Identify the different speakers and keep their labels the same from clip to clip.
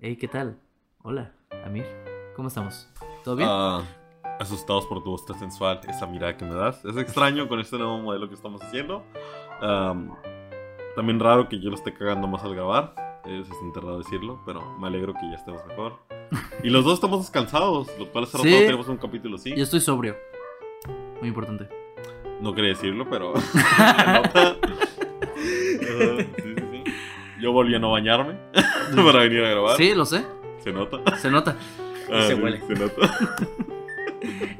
Speaker 1: Hey, ¿qué tal? Hola, Amir. ¿Cómo estamos? ¿Todo bien?
Speaker 2: Ah, asustados por tu voz tan sensual, esa mirada que me das. Es extraño con este nuevo modelo que estamos haciendo. Am, también raro que yo lo esté cagando más al grabar. Es bastante raro decirlo, pero me alegro que ya estemos mejor. Y los dos estamos descansados, lo cual hace rato
Speaker 1: Sí.
Speaker 2: no tenemos un capítulo así.
Speaker 1: Yo estoy sobrio. Muy importante.
Speaker 2: No quería decirlo, pero. se nota. Ajá, sí, sí, sí. Yo volví a no bañarme para venir a grabar.
Speaker 1: Sí, lo sé.
Speaker 2: Se nota.
Speaker 1: Se nota.
Speaker 2: Ah,
Speaker 3: se
Speaker 2: sí,
Speaker 3: huele.
Speaker 2: Se nota.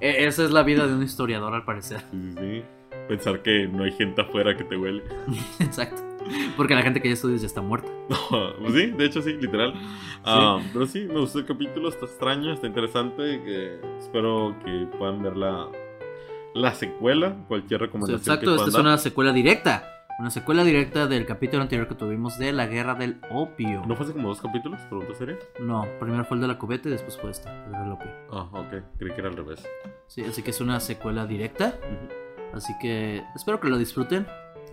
Speaker 1: E- esa es la vida de un historiador, al parecer.
Speaker 2: Sí, sí, sí. Pensar que no hay gente afuera que te huele.
Speaker 1: Exacto. Porque la gente que ya estudias ya está muerta.
Speaker 2: pues sí, de hecho sí, literal. Ah, pero sí, me gustó el capítulo, está extraño, está interesante. que espero que puedan ver la, la secuela, cualquier
Speaker 1: Sí,
Speaker 2: recomendación. que
Speaker 1: exacto, esta
Speaker 2: puedan
Speaker 1: es
Speaker 2: dar.
Speaker 1: una secuela directa. Una secuela directa del capítulo anterior que tuvimos de la guerra del opio.
Speaker 2: ¿No fue hace como dos capítulos? ¿Pregunta seria?
Speaker 1: No, primero fue el de la cubeta y después fue este, el del opio.
Speaker 2: Ah, ok, creí que era al revés.
Speaker 1: Sí, así que es una secuela directa.
Speaker 2: Ujú.
Speaker 1: Así que espero que lo disfruten.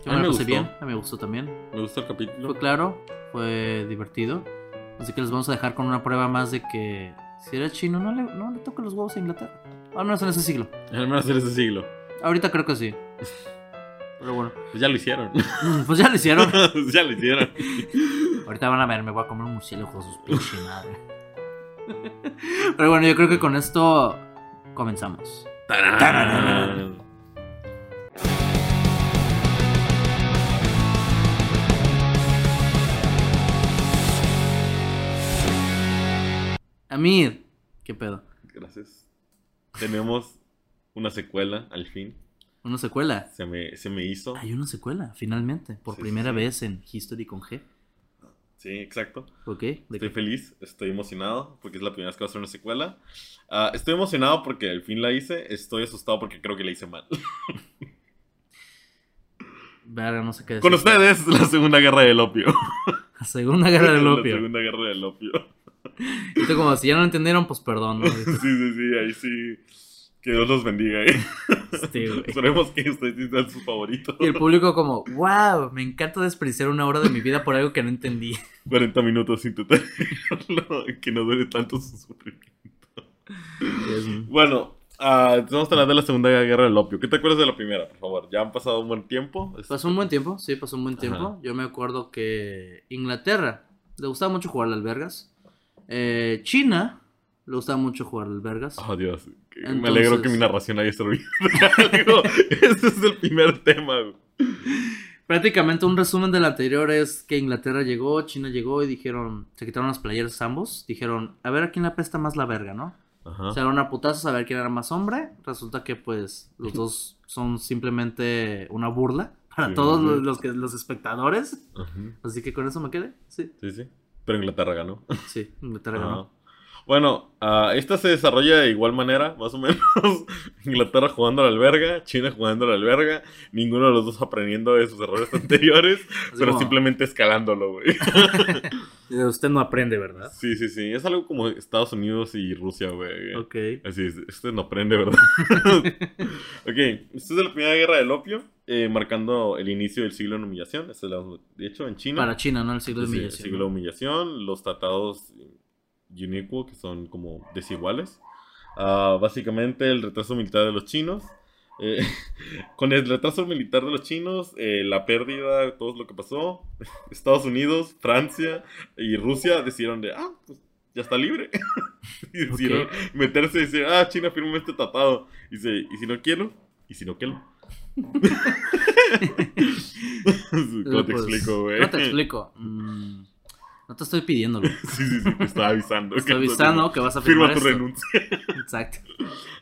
Speaker 1: Yo
Speaker 2: A mí
Speaker 1: me
Speaker 2: me
Speaker 1: lo pasé
Speaker 2: gustó.
Speaker 1: bien, a mí me gustó también.
Speaker 2: Me gustó el capítulo.
Speaker 1: Fue claro, fue divertido. Así que les vamos a dejar con una prueba más de que si eres chino no le, no le toques los huevos a Inglaterra. Ah, Al menos en ese siglo.
Speaker 2: Al menos en ese siglo.
Speaker 1: Ahorita creo que sí. Pero bueno,
Speaker 2: Pues ya lo hicieron.
Speaker 1: pues ya lo hicieron.
Speaker 2: ya lo hicieron.
Speaker 1: Ahorita van a ver, me voy a comer un murciélago con sus pinche madre. Pero bueno, yo creo que con esto comenzamos.
Speaker 2: Tarán.
Speaker 1: Amir, ¿qué pedo?
Speaker 2: Gracias. Tenemos una secuela, al fin.
Speaker 1: ¿Una secuela?
Speaker 2: Se me, se me hizo.
Speaker 1: Hay una secuela, finalmente. Por
Speaker 2: Sí, sí,
Speaker 1: primera
Speaker 2: sí.
Speaker 1: vez en History con G.
Speaker 2: Sí, exacto.
Speaker 1: ¿Ok? ¿De
Speaker 2: Estoy
Speaker 1: qué?
Speaker 2: feliz, estoy emocionado porque es la primera vez que va a hacer una secuela. Ah, estoy emocionado porque al fin la hice, estoy asustado porque creo que la hice mal.
Speaker 1: Verga, no sé qué decir.
Speaker 2: Con ustedes, la Segunda Guerra del Opio.
Speaker 1: La Segunda Guerra del
Speaker 2: La
Speaker 1: Opio.
Speaker 2: Segunda Guerra del Opio.
Speaker 1: Esto como si ya no lo entendieron, pues perdón. ¿no?
Speaker 2: Sí, sí, sí, ahí sí. Que Dios los bendiga. ¿eh?
Speaker 1: Este, güey.
Speaker 2: Esperemos que ustedes sean sus favoritos.
Speaker 1: y el público como, wow, me encanta desperdiciar una hora de mi vida por algo que no entendí.
Speaker 2: 40 minutos sin tenerlo, que no dure tanto su sufrimiento. Bueno, ah, estamos hablando de la Segunda Guerra del Opio. ¿Qué te acuerdas de la primera, por favor? Ya han pasado un buen tiempo. Es-
Speaker 1: Pasó un buen tiempo, sí, pasó un buen
Speaker 2: Ajá.
Speaker 1: tiempo. Yo me acuerdo que Inglaterra le gustaba mucho jugar al vergas. Eh, China le gustaba mucho jugar al vergas.
Speaker 2: Oh, Dios. que- Me
Speaker 1: Entonces-
Speaker 2: alegro que mi narración haya servido de algo. Ese es el primer tema. güey.
Speaker 1: Prácticamente un resumen del anterior es que Inglaterra llegó, China llegó y dijeron, se quitaron las playeras ambos. Dijeron, a ver a quién le apesta más la verga, ¿no?
Speaker 2: Ajá.
Speaker 1: Se dieron a putazos a ver quién era más hombre. Resulta que, pues, los dos son simplemente una burla para
Speaker 2: Sí,
Speaker 1: todos
Speaker 2: sí.
Speaker 1: los, los que, los espectadores.
Speaker 2: Ajá.
Speaker 1: Así que con eso me quedé. Sí,
Speaker 2: Sí, sí. Pero Inglaterra ganó.
Speaker 1: sí, Inglaterra
Speaker 2: Ajá.
Speaker 1: ganó.
Speaker 2: Bueno, ah, esta se desarrolla de igual manera, más o menos. Inglaterra jugando a la alberga, China jugando a la alberga, ninguno de los dos aprendiendo de sus errores anteriores,
Speaker 1: Así
Speaker 2: pero
Speaker 1: como,
Speaker 2: simplemente escalándolo, güey.
Speaker 1: Usted no aprende, ¿verdad?
Speaker 2: Sí, sí, sí. Es algo como Estados Unidos y Rusia, güey.
Speaker 1: Ok.
Speaker 2: Así es, este no aprende, ¿verdad? ok, esta es la primera guerra del opio, eh, marcando el inicio del siglo en humillación. Este lo hemos dicho en China.
Speaker 1: Para China, ¿no? El siglo de
Speaker 2: Sí,
Speaker 1: humillación.
Speaker 2: siglo de humillación, los tratados Uniquo, que son como desiguales. Ah, básicamente, el retraso militar de los chinos. Eh, con el retraso militar de los chinos, eh, la pérdida, todo lo que pasó, Estados Unidos, Francia y Rusia decidieron de, ah, pues ya está libre. y decidieron
Speaker 1: Ok.
Speaker 2: meterse y decir, ah, China firmó este tratado. Y dice, y si no quiero, y si no quiero. ¿Cómo te
Speaker 1: Pues,
Speaker 2: explico, güey?
Speaker 1: No te explico. Mm, no te estoy pidiéndolo. Te
Speaker 2: Sí, sí, sí, te estaba avisando.
Speaker 1: estoy
Speaker 2: que-
Speaker 1: avisando que vas a firmar
Speaker 2: pues, Firma tu
Speaker 1: esto.
Speaker 2: renuncia.
Speaker 1: Exacto.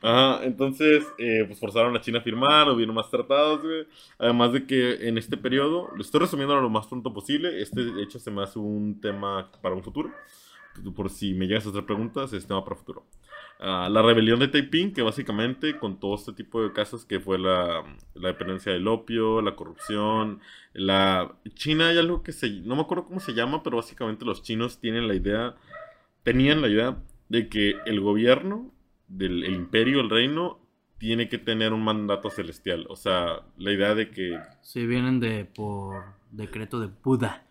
Speaker 2: Ajá, entonces, eh, pues forzaron a China a firmar, hubieron más tratados, güey. Además de que en este periodo, lo estoy resumiendo lo más pronto posible, este de hecho se me hace un tema para un futuro. Por si me llegas a hacer preguntas, es tema para futuro. Ah, la rebelión de Taiping, que básicamente con todo este tipo de casos que fue la, la dependencia del opio, la corrupción, la China hay algo que se, no me acuerdo cómo se llama, pero básicamente los chinos tienen la idea, tenían la idea de que el gobierno del el imperio, el reino, tiene que tener un mandato celestial. O sea, la idea de que
Speaker 1: Sí, vienen de por decreto de Buda.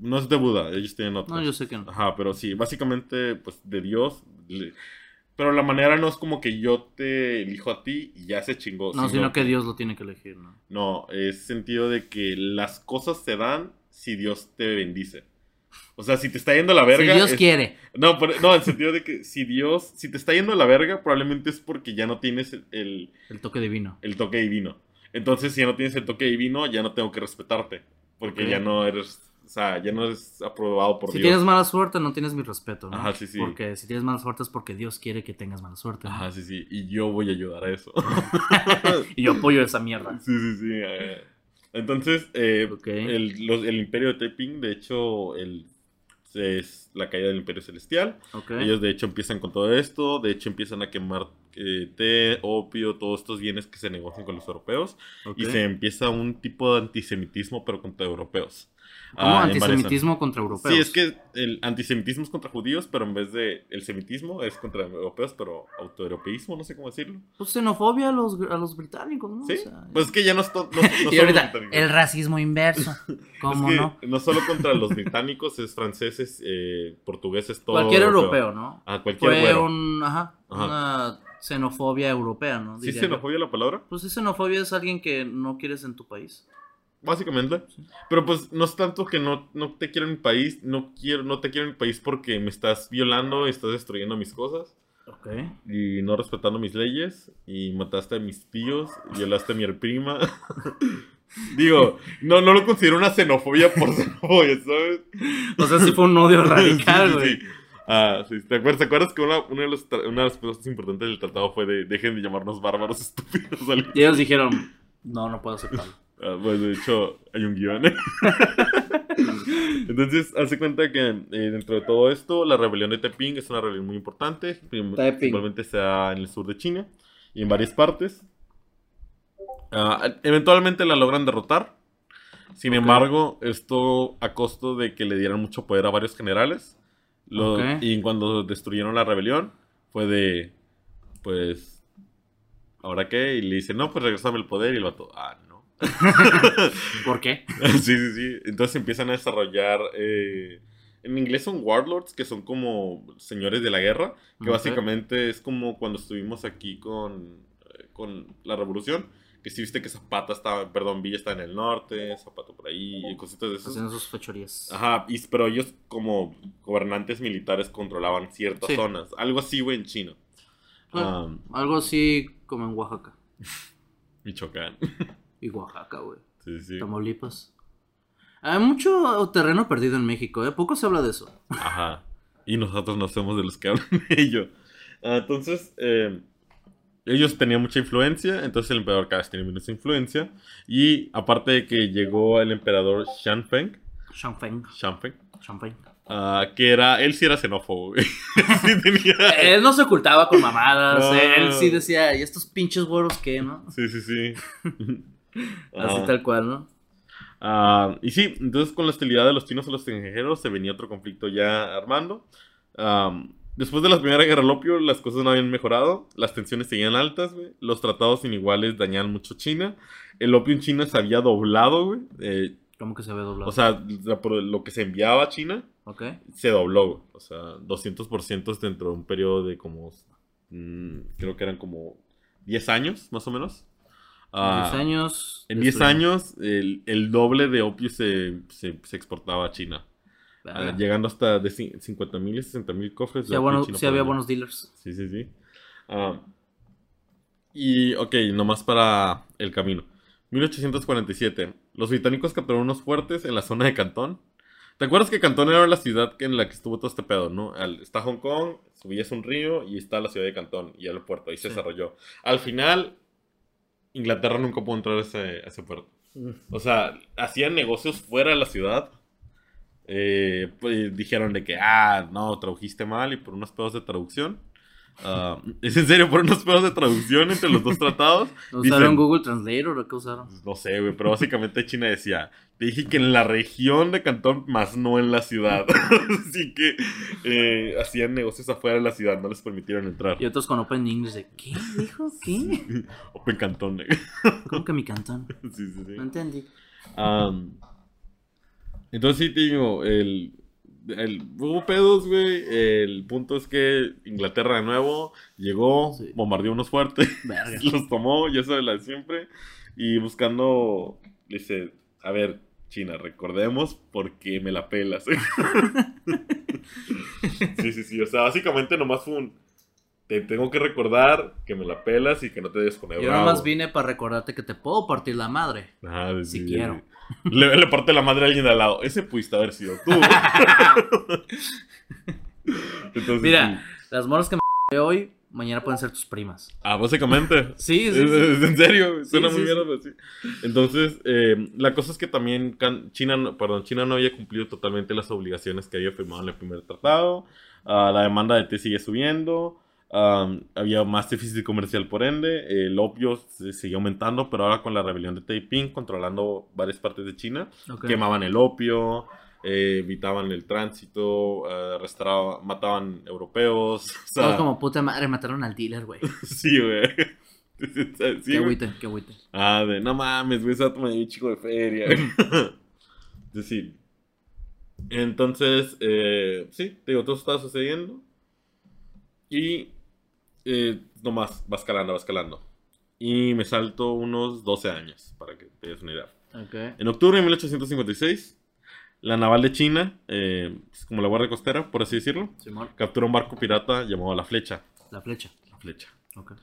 Speaker 2: No es de Buda, ellos tienen otra.
Speaker 1: No, yo sé que no.
Speaker 2: Ajá, pero sí, básicamente, pues de Dios. le- Pero la manera no es como que yo te elijo a ti y ya se chingó.
Speaker 1: No, sino que Dios lo tiene que elegir, ¿no?
Speaker 2: No, es sentido de que las cosas se dan si Dios te bendice. O sea, si te está yendo a la verga.
Speaker 1: si Dios
Speaker 2: es-
Speaker 1: quiere.
Speaker 2: No, pero- no, en sentido de que si Dios, si te está yendo a la verga, probablemente es porque ya no tienes el- el,
Speaker 1: El toque divino.
Speaker 2: el toque divino. Entonces, si ya no tienes el toque divino, ya no tengo que respetarte. Porque
Speaker 1: Ok.
Speaker 2: ya no eres, o sea, ya no eres aprobado por
Speaker 1: Si
Speaker 2: Dios.
Speaker 1: tienes mala suerte, no tienes mi respeto, ¿no?
Speaker 2: Ajá, sí, sí.
Speaker 1: Porque si tienes mala suerte es porque Dios quiere que tengas mala suerte. ¿no?
Speaker 2: Ajá, sí, sí. Y yo voy a ayudar a eso.
Speaker 1: Y yo apoyo esa mierda.
Speaker 2: sí, sí, sí. eh. Entonces, eh,
Speaker 1: Ok.
Speaker 2: el, los- el imperio de Taiping, de hecho, el, es la caída del imperio celestial.
Speaker 1: Ok.
Speaker 2: Ellos, de hecho, empiezan con todo esto. De hecho, empiezan a quemar eh, té, opio, todos estos bienes que se negocian con los europeos.
Speaker 1: ok.
Speaker 2: Y se empieza un tipo de antisemitismo, pero contra europeos.
Speaker 1: ¿Cómo?
Speaker 2: Ah, en varias-
Speaker 1: Antisemitismo contra europeos.
Speaker 2: Sí, es que el antisemitismo es contra judíos, pero en vez de el semitismo es contra europeos, pero autoeuropeísmo, no sé cómo decirlo.
Speaker 1: Pues xenofobia a los, a los británicos, ¿no?
Speaker 2: Sí,
Speaker 1: O sea,
Speaker 2: pues es que ya no, es to- no, no
Speaker 1: y
Speaker 2: solo
Speaker 1: ahorita,
Speaker 2: los británicos.
Speaker 1: el racismo inverso. ¿Cómo
Speaker 2: Es que
Speaker 1: no?
Speaker 2: solo contra los británicos, es franceses, eh, portugueses, todo.
Speaker 1: Cualquier europeo, ¿no?
Speaker 2: Ah, cualquier
Speaker 1: Fue
Speaker 2: güero.
Speaker 1: un, ajá,
Speaker 2: Ajá.
Speaker 1: una xenofobia europea, ¿no?
Speaker 2: ¿Sí
Speaker 1: Diría
Speaker 2: se
Speaker 1: yo.
Speaker 2: enojó la palabra?
Speaker 1: Pues sí, xenofobia es alguien que no quieres en tu país.
Speaker 2: Básicamente.
Speaker 1: Sí.
Speaker 2: Pero pues no es tanto que no, no te quiero en mi país, no, quiero, no te quiero en mi país porque me estás violando, estás destruyendo mis cosas.
Speaker 1: Ok.
Speaker 2: y no respetando mis leyes y mataste a mis tíos, violaste a mi prima. Digo, no, no lo considero una xenofobia por xenofobia, ¿sabes?
Speaker 1: O sea, sí fue un odio radical,
Speaker 2: Sí, sí,
Speaker 1: güey.
Speaker 2: sí. Ah, sí, ¿te acuerdas, ¿te acuerdas que una, una de las, tra- una de las cosas importantes del tratado fue de dejen de llamarnos bárbaros estúpidos? o algo?
Speaker 1: Y ellos dijeron, no, no puedo aceptarlo.
Speaker 2: Ah, pues de hecho, hay un guión. Entonces, hace cuenta que eh, dentro de todo esto, la rebelión de Taiping es una rebelión muy importante. prim-
Speaker 1: Taiping.
Speaker 2: Principalmente se da en el sur de China y en varias partes. Ah, eventualmente la logran derrotar. Sin
Speaker 1: Ok.
Speaker 2: embargo, esto a costo de que le dieran mucho poder a varios generales. Lo-
Speaker 1: Ok.
Speaker 2: Y cuando destruyeron la rebelión, fue de. Pues. ¿Ahora qué? Y le dicen, no, pues regresame el poder. Y el vato, ah, no.
Speaker 1: ¿Por qué?
Speaker 2: Sí, sí, sí. Entonces empiezan a desarrollar. eh, en inglés son warlords, que son como señores de la guerra. Que
Speaker 1: Ok.
Speaker 2: básicamente es como cuando estuvimos aquí con, eh, con la revolución. Que sí viste que Zapata estaba. Perdón, Villa está en el norte, Zapata por ahí, y cositas de esas.
Speaker 1: Haciendo Pues, sus fechorías.
Speaker 2: Ajá, y- pero ellos como gobernantes militares controlaban ciertas
Speaker 1: Sí.
Speaker 2: zonas. Algo así, güey, en China.
Speaker 1: Claro.
Speaker 2: Ah,
Speaker 1: Algo así como en Oaxaca.
Speaker 2: Michoacán.
Speaker 1: Y Oaxaca, güey.
Speaker 2: Sí, sí.
Speaker 1: Tamaulipas. Hay mucho terreno perdido en México, ¿eh? Poco se habla de eso.
Speaker 2: Ajá. Y nosotros nos hacemos de los que hablan de ello. Ah, Entonces, eh, ellos tenían mucha influencia, entonces el emperador cada vez tenía menos influencia. Y aparte de que llegó el emperador Shanfeng,
Speaker 1: Shanfeng.
Speaker 2: Shanfeng
Speaker 1: Shanfeng.
Speaker 2: ah, que era, él sí era xenófobo. güey. sí, tenía-
Speaker 1: Él Eh, no se ocultaba con mamadas. eh.
Speaker 2: No.
Speaker 1: Él sí decía, ¿y estos pinches güeros qué, no?
Speaker 2: sí, sí, sí.
Speaker 1: Así
Speaker 2: Ah.
Speaker 1: tal cual, ¿no?
Speaker 2: Ah, y sí, entonces con la hostilidad de los chinos a los extranjeros se venía otro conflicto ya armando. Ah, después de la Primera Guerra del Opio, las cosas no habían mejorado, las tensiones seguían altas, güey, los tratados sin iguales dañaban mucho China, el opio en China se había doblado, güey, eh,
Speaker 1: ¿Cómo que se ve doblado?
Speaker 2: o sea, ah, la- por lo que se enviaba a China
Speaker 1: ok.
Speaker 2: se dobló, güey, o sea, 200% dentro de un periodo de como, mm, creo que eran como 10 años, más o menos.
Speaker 1: En
Speaker 2: Ah,
Speaker 1: 10 años.
Speaker 2: en 10
Speaker 1: destruye-
Speaker 2: años, el, el doble de opio se, se- se exportaba a China.
Speaker 1: Verga.
Speaker 2: Ah, Llegando hasta de 50 mil y 60 mil cofres. de
Speaker 1: Sí,
Speaker 2: opio
Speaker 1: bueno,
Speaker 2: chino
Speaker 1: sí
Speaker 2: por
Speaker 1: había
Speaker 2: año.
Speaker 1: buenos dealers.
Speaker 2: Sí, sí, sí. Ah, y, ok, nomás para el camino. 1847. Los británicos capturaron unos fuertes en la zona de Cantón. ¿Te acuerdas que Cantón era la ciudad que- en la que estuvo todo este pedo, no? Al- está Hong Kong, subías un río y está la ciudad de Cantón y el puerto. Ahí se
Speaker 1: Sí.
Speaker 2: desarrolló. Al final, Inglaterra nunca pudo entrar a ese, a ese puerto. O sea, hacían negocios fuera de la ciudad. Eh, pues, dijeron de que, ah, no, tradujiste mal y por unos pedos de traducción. Ah, es en serio, por unos pedos de traducción entre los dos tratados.
Speaker 1: ¿Usaron
Speaker 2: Dicen-
Speaker 1: Google Translator o qué usaron?
Speaker 2: No sé, güey, pero básicamente China decía, te dije que en la región de Cantón, más no en la ciudad. Así que eh, hacían negocios afuera de la ciudad, no les permitieron entrar.
Speaker 1: Y otros con Open English de, ¿qué dijo? ¿Qué?
Speaker 2: Open Cantón, eh.
Speaker 1: ¿Cómo que mi cantón?
Speaker 2: Sí, sí, sí.
Speaker 1: No entendí.
Speaker 2: Am, Entonces sí, te digo, el, el, hubo pedos, güey. El punto es que Inglaterra de nuevo llegó,
Speaker 1: Sí.
Speaker 2: bombardeó unos fuertes,
Speaker 1: Verga.
Speaker 2: los tomó, ya sabes, la de siempre. Y buscando, dice, a ver, China, recordemos porque me la pelas. sí, sí, sí. O sea, básicamente nomás fue un... Te tengo que recordar que me la pelas y que no te des con el
Speaker 1: Yo
Speaker 2: bravo".
Speaker 1: nomás vine para recordarte que te puedo partir la madre.
Speaker 2: Ah, sí,
Speaker 1: Si
Speaker 2: sí,
Speaker 1: quiero.
Speaker 2: sí. Le, le parte la madre a alguien de al lado. Ese pudiste haber sido tú. Entonces,
Speaker 1: Mira.
Speaker 2: sí.
Speaker 1: Las morras que me de hoy, mañana pueden ser tus primas.
Speaker 2: Ah, básicamente.
Speaker 1: Sí,
Speaker 2: Es-
Speaker 1: sí, sí.
Speaker 2: es- En serio, suena
Speaker 1: sí,
Speaker 2: muy
Speaker 1: sí.
Speaker 2: mierda. sí. Entonces, eh, la cosa es que también Can- China, no- perdón, China no había cumplido totalmente las obligaciones que había firmado en el primer tratado. Ah, la demanda de té sigue subiendo. Am, había más déficit comercial, por ende. El opio se sigue aumentando, pero ahora con la rebelión de Taiping controlando varias partes de China,
Speaker 1: Ok.
Speaker 2: quemaban el opio, eh, evitaban el tránsito, eh, arrestaban- mataban europeos. O sea,
Speaker 1: Todos como puta madre, mataron al dealer, güey.
Speaker 2: sí, güey. Sí,
Speaker 1: qué
Speaker 2: güey.
Speaker 1: agüite, qué agüite.
Speaker 2: Ah, de no mames, güey, esa toma de un chico de feria. güey. Es decir, entonces, eh, sí, te digo, todo eso está sucediendo. Y eh, nomás, va escalando, va escalando. Y me salto unos 12 años, para que te des una idea.
Speaker 1: Ok.
Speaker 2: En octubre de 1856, la naval de China, eh, es como la guardia costera, por así decirlo,
Speaker 1: Simón,
Speaker 2: captura un barco pirata llamado La Flecha.
Speaker 1: la flecha.
Speaker 2: La Flecha.
Speaker 1: Ok.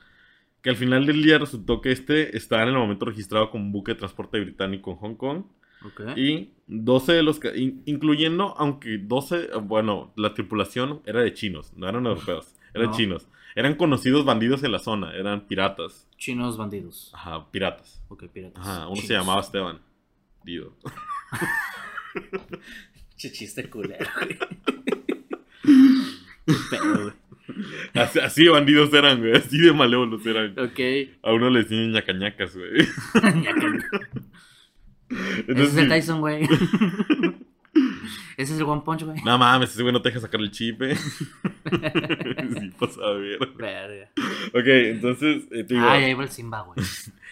Speaker 2: Que al final del día resultó que este estaba en el momento registrado como un buque de transporte británico en Hong Kong.
Speaker 1: Ok.
Speaker 2: Y 12 de los que, in- incluyendo, aunque 12, bueno, la tripulación era de chinos, no eran europeos, eran
Speaker 1: No.
Speaker 2: chinos. Eran conocidos bandidos en la zona, eran piratas.
Speaker 1: Chinos bandidos.
Speaker 2: Ajá, piratas.
Speaker 1: Ok, piratas.
Speaker 2: Ajá, uno se
Speaker 1: Chinos.
Speaker 2: llamaba Esteban. Dido.
Speaker 1: Che chiste culero, güey. Qué pedo, güey.
Speaker 2: Así, así de bandidos eran, güey, así de malévolos eran.
Speaker 1: Ok.
Speaker 2: A uno le decían ñacañacas, güey.
Speaker 1: Ese es
Speaker 2: Entonces,
Speaker 1: el
Speaker 2: sí,
Speaker 1: Tyson, güey. Ese es el One Punch, güey.
Speaker 2: no mames, ese güey no te deja sacar el chip, eh. sí, pues a ver.
Speaker 1: Verga.
Speaker 2: Ok, entonces, eh, te digo,
Speaker 1: Ay, ahí va el Simba, güey.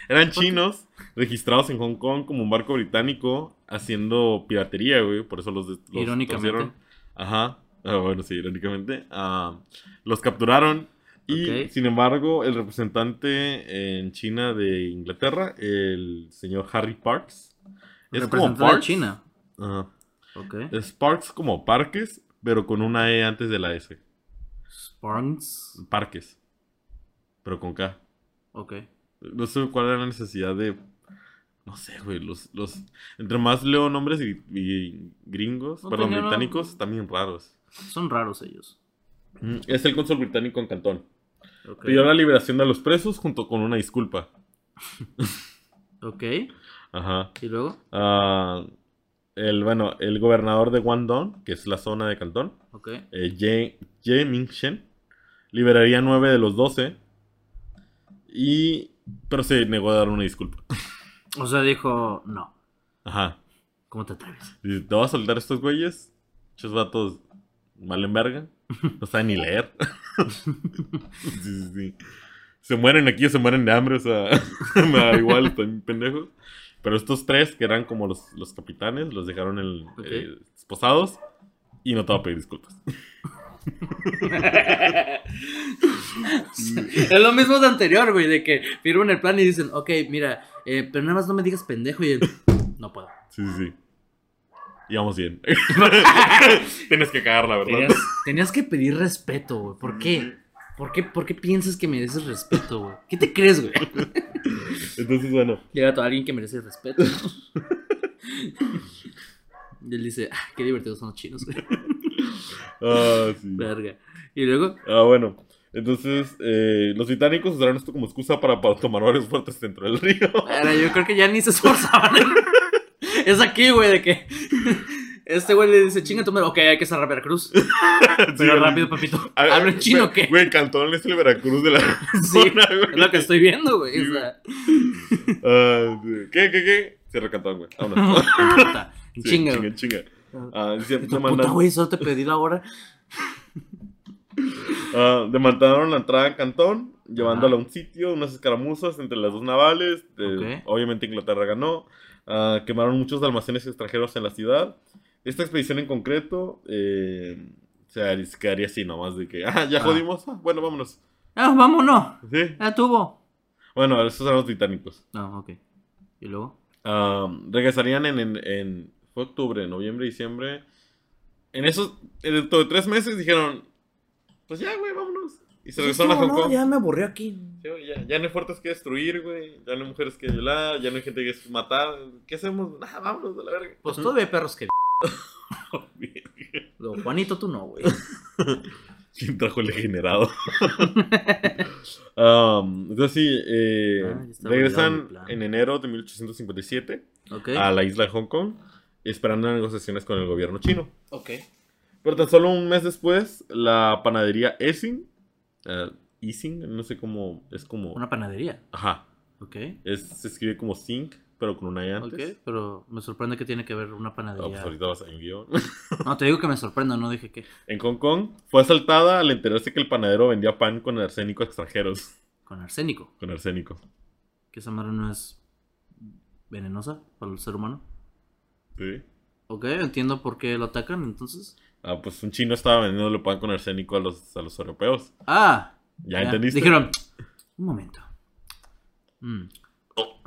Speaker 2: eran chinos registrados en Hong Kong como un barco británico haciendo piratería, güey. Por eso los, des- los
Speaker 1: Irónicamente.
Speaker 2: torcieron. Ajá. Ah, bueno, sí, irónicamente. Ah, los capturaron. Y
Speaker 1: Ok.
Speaker 2: sin embargo, el representante en China de Inglaterra, el señor Harry Parks. Es como
Speaker 1: Representante de
Speaker 2: Parks.
Speaker 1: China.
Speaker 2: Ajá.
Speaker 1: Ok.
Speaker 2: Es Parks como parques, pero con una E antes de la S.
Speaker 1: Sparks.
Speaker 2: Parques. Pero con K.
Speaker 1: Ok.
Speaker 2: No sé cuál era la necesidad de. No sé, güey. Los, los... Entre más leo nombres y, y gringos,
Speaker 1: No
Speaker 2: perdón,
Speaker 1: tenía-
Speaker 2: británicos, también raros.
Speaker 1: Son raros ellos.
Speaker 2: Mm, Es el cónsul británico en Cantón.
Speaker 1: Ok.
Speaker 2: Pidió la liberación de los presos junto con una disculpa.
Speaker 1: Ok.
Speaker 2: Ajá.
Speaker 1: Y luego.
Speaker 2: Ah, el, bueno, el gobernador de Guangdong, que es la zona de Cantón,
Speaker 1: Ok.
Speaker 2: eh, Ye, Ye Mingchen, liberaría nueve de los 12. Y. Pero se negó a dar una disculpa.
Speaker 1: O sea, dijo, no.
Speaker 2: Ajá.
Speaker 1: ¿Cómo te atreves?
Speaker 2: Dice, te vas a soltar estos güeyes. Muchos vatos mal en verga. No saben ni leer. sí, sí, sí. Se mueren aquí o se mueren de hambre. O sea, me da igual, están pendejos. Pero estos tres, que eran como los, los capitanes, los dejaron el,
Speaker 1: Ok.
Speaker 2: eh, esposados. Y no te va a pedir disculpas.
Speaker 1: es lo mismo de anterior, güey, de que firman el plan y dicen, ok, mira, eh, pero nada más no me digas pendejo y él, no puedo.
Speaker 2: Sí, sí, sí. Y vamos bien. Tienes que cagarla, ¿verdad?
Speaker 1: Tenías, tenías que pedir respeto, güey. ¿Por qué? ¿Por qué, ¿Por qué piensas que mereces respeto, güey? ¿Qué te crees, güey?
Speaker 2: Entonces, bueno.
Speaker 1: Llega todo alguien que merece respeto. Y él dice, ah, qué divertidos son los chinos, güey.
Speaker 2: Ah, sí.
Speaker 1: Verga. Y luego,
Speaker 2: Ah, bueno. Entonces, eh, los británicos usaron esto como excusa para, para tomar varios fuertes dentro del río.
Speaker 1: Ahora, yo creo que ya ni se esforzaban. es aquí, güey, de que. Este güey le dice, chinga tu madre. Ok, hay que cerrar Veracruz. Pero rápido, papito.
Speaker 2: A ver,
Speaker 1: ¿Hablan chino o
Speaker 2: Ah, güey,
Speaker 1: qué?
Speaker 2: Güey, Cantón es el Veracruz de la
Speaker 1: sí,
Speaker 2: zona, güey.
Speaker 1: es lo que estoy viendo, güey.
Speaker 2: Sí,
Speaker 1: o sea,
Speaker 2: Ah, sí. ¿Qué, qué, qué? Cierra Cantón, güey. Vámonos.
Speaker 1: puta,
Speaker 2: Sí,
Speaker 1: chinga, güey.
Speaker 2: chinga, chinga. Ah, dice,
Speaker 1: Tu
Speaker 2: demandan-
Speaker 1: Puta, güey, solo te pedí la hora.
Speaker 2: ah, demandaron la entrada a Cantón, llevándola a
Speaker 1: Ajá.
Speaker 2: un sitio, unas escaramuzas entre las dos navales. Eh,
Speaker 1: Ok.
Speaker 2: Obviamente Inglaterra ganó. Ah, quemaron muchos almacenes extranjeros en la ciudad. Esta expedición en concreto eh, se haría- quedaría así nomás de que, ah, ya
Speaker 1: Ah.
Speaker 2: jodimos, ah, bueno, vámonos.
Speaker 1: Ah, vámonos.
Speaker 2: Sí.
Speaker 1: Ya tuvo.
Speaker 2: Bueno, esos eran los titánicos.
Speaker 1: No, ok. ¿Y luego?
Speaker 2: Am, regresarían en, en, en- fue octubre, noviembre, diciembre. En esos, en dentro de tres meses dijeron, pues ya, güey, vámonos.
Speaker 1: Pues
Speaker 2: Y se regresaron a Hong Kong.
Speaker 1: me aburrió aquí.
Speaker 2: Sí, güey, Ya, ya no hay fuertes que destruir, güey. Ya no hay mujeres que violar, ya no hay gente que matar. ¿Qué hacemos? Nada, vámonos a la verga.
Speaker 1: Pues todavía hay perros que... Lo Juanito, tú no, güey.
Speaker 2: ¿Quién trajo el degenerado? Am, entonces sí, eh,
Speaker 1: Ah, ya estaba olvidado mi
Speaker 2: regresan
Speaker 1: plan.
Speaker 2: en enero de 1857
Speaker 1: Ok.
Speaker 2: a la isla de Hong Kong, esperando negociaciones con el gobierno chino.
Speaker 1: Ok.
Speaker 2: Pero tan solo un mes después, la panadería Essing, eh, Essing, no sé cómo, es como,
Speaker 1: Una panadería.
Speaker 2: ajá,
Speaker 1: Ok.
Speaker 2: es- se escribe como Zinc, pero con una E antes.
Speaker 1: Ok, pero me sorprende que tiene que ver una
Speaker 2: Ah, pues
Speaker 1: panadería.
Speaker 2: ahorita vas a mi guión.
Speaker 1: No, te digo que me sorprende, no dije que.
Speaker 2: En Hong Kong, fue asaltada al enterarse que el panadero vendía pan con arsénico a extranjeros.
Speaker 1: Con arsénico.
Speaker 2: Con arsénico.
Speaker 1: Que esa madre no es venenosa para el ser humano.
Speaker 2: Sí.
Speaker 1: Ok, entiendo por qué lo atacan entonces.
Speaker 2: Ah, pues un chino estaba vendiéndole pan con arsénico a los, a los europeos.
Speaker 1: Ah,
Speaker 2: ¿Ya,
Speaker 1: ya.
Speaker 2: entendiste?
Speaker 1: Dijeron, un momento. Mm.
Speaker 2: Oh.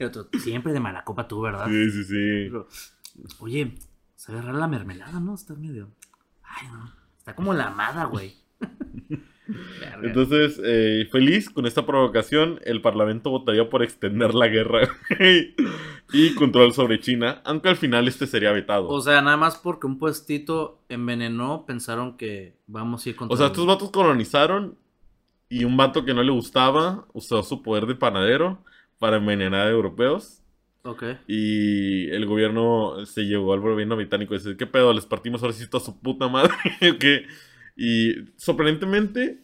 Speaker 1: Y otro, siempre de mala copa tú, ¿verdad?
Speaker 2: Sí, sí, sí.
Speaker 1: Pero, Oye, se agarrar la mermelada, ¿no? Está medio. Ay, no. Está como la amada, güey. Verga.
Speaker 2: Entonces, eh, feliz con esta provocación, el Parlamento votaría por extender la guerra güey, y control sobre China, aunque al final este sería vetado.
Speaker 1: O
Speaker 2: O sea,
Speaker 1: sea, nada más porque un puestito envenenó, pensaron que vamos a ir contra el-
Speaker 2: estos vatos colonizaron y un vato que no le gustaba usó su poder de panadero para envenenar a europeos.
Speaker 1: Ok.
Speaker 2: Y el gobierno se llevó al gobierno británico y dice, ¿qué pedo? Les partimos ahora sí toda su puta madre. que Y sorprendentemente,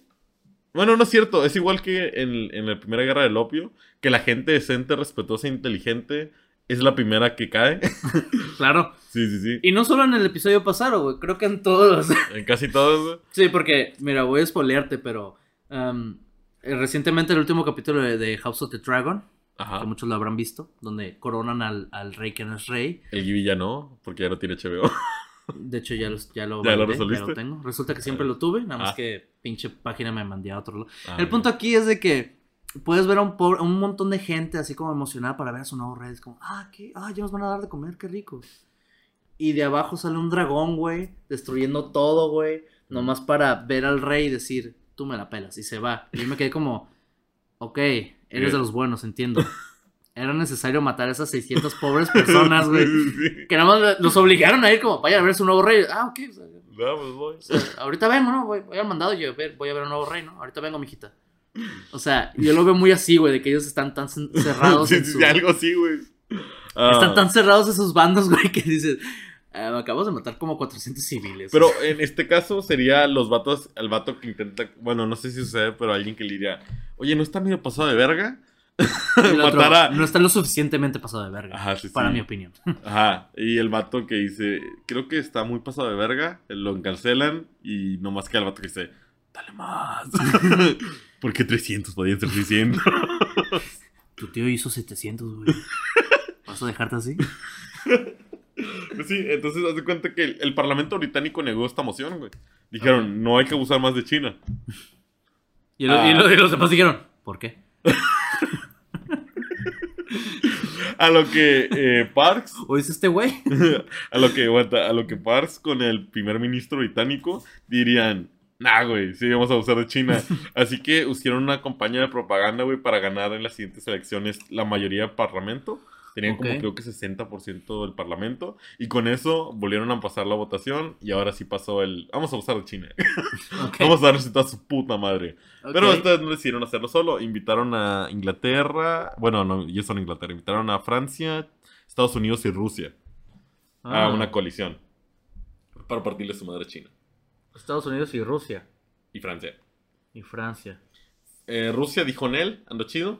Speaker 2: bueno, no es cierto, es igual que en, en la Primera Guerra del Opio, que la gente decente, respetuosa e inteligente es la primera que cae.
Speaker 1: Claro.
Speaker 2: sí, sí, sí.
Speaker 1: Y no solo en el episodio pasado, güey. Creo que en todos.
Speaker 2: En casi todos.
Speaker 1: sí, porque, mira, voy a spoilearte, pero. am, eh, recientemente, el último capítulo de, de House of the Dragon, que
Speaker 2: Ajá.
Speaker 1: muchos lo habrán visto, donde coronan al, al rey que no es rey.
Speaker 2: El Gibi ya no, porque ya no tiene HBO.
Speaker 1: De hecho, ya, los- ya lo
Speaker 2: ¿Ya lo
Speaker 1: validé,
Speaker 2: resolviste?
Speaker 1: tengo. Resulta que siempre lo tuve, nada más
Speaker 2: Ah.
Speaker 1: que pinche página me mandé a otro lado.
Speaker 2: Ah,
Speaker 1: El punto aquí es de que puedes ver a un, pobre- a un montón de gente así como emocionada para ver a su nuevo rey. Es como, ah, ¿qué? ah, ya nos van a dar de comer, qué rico. Y de abajo sale un dragón, güey, destruyendo todo, güey, nomás para ver al rey y decir, tú me la pelas, y se va. Y yo me quedé como, ok, eres de los buenos, entiendo. Era necesario matar a esas 600 pobres personas, güey.
Speaker 2: Sí, sí, sí.
Speaker 1: Que nada más los obligaron a ir como, vayan a ver su nuevo rey. Ah, ok. o sea,
Speaker 2: No, pues voy.
Speaker 1: o sea, ahorita vengo, ¿no? Voy, voy al mandado y yo ver- voy a ver un nuevo rey, ¿no? Ahorita vengo, mijita. O sea, yo lo veo muy así, güey, de que ellos están tan cen- cerrados
Speaker 2: Sí,
Speaker 1: en
Speaker 2: sí,
Speaker 1: su-
Speaker 2: sí, algo así, güey. Ah.
Speaker 1: Están tan cerrados en sus bandos, güey, que dices... "Ah, acabamos de matar como 400 civiles.
Speaker 2: Pero en este caso sería los vatos, el vato que intenta, bueno, no sé si sucede, pero alguien que le diría, oye, ¿no está medio pasado de verga?
Speaker 1: Y el otro,
Speaker 2: matar a-
Speaker 1: No está lo suficientemente pasado de verga,
Speaker 2: Ajá, sí, sí.
Speaker 1: para mi opinión.
Speaker 2: Ajá, y el vato que dice, creo que está muy pasado de verga, lo cancelan y nomás queda el vato que dice, dale más. Porque 300 podían ser 600.
Speaker 1: Tu tío hizo 700, güey. ¿Vas a dejarte así?
Speaker 2: sí, entonces haz de cuenta que el, el Parlamento británico negó esta moción, güey. Dijeron, no hay que abusar más de China.
Speaker 1: Y, el-
Speaker 2: Ah.
Speaker 1: y lo- y los demás dijeron, ¿por qué?
Speaker 2: A lo que eh, Parks
Speaker 1: ¿O es este güey?
Speaker 2: a lo que aguanta, a lo que Parks con el primer ministro británico dirían, nah, güey, sí vamos a usar de China. Así que hicieron una campaña de propaganda, güey, para ganar en las siguientes elecciones la mayoría del parlamento. Tenían
Speaker 1: Ok.
Speaker 2: como creo que 60% del parlamento. Y con eso volvieron a pasar la votación. Y ahora sí pasó el. Vamos a usar de China.
Speaker 1: Ok,
Speaker 2: Vamos a darles toda su puta madre. Pero
Speaker 1: ok.
Speaker 2: ustedes no decidieron hacerlo solo. Invitaron a Inglaterra. Bueno, no, yo son Inglaterra. Invitaron a Francia, Estados Unidos y Rusia a
Speaker 1: Ah.
Speaker 2: una colisión. Para partirle su madre a China
Speaker 1: Estados Unidos y Rusia.
Speaker 2: y Francia.
Speaker 1: Y Francia.
Speaker 2: Eh, Rusia dijo en él, ando chido.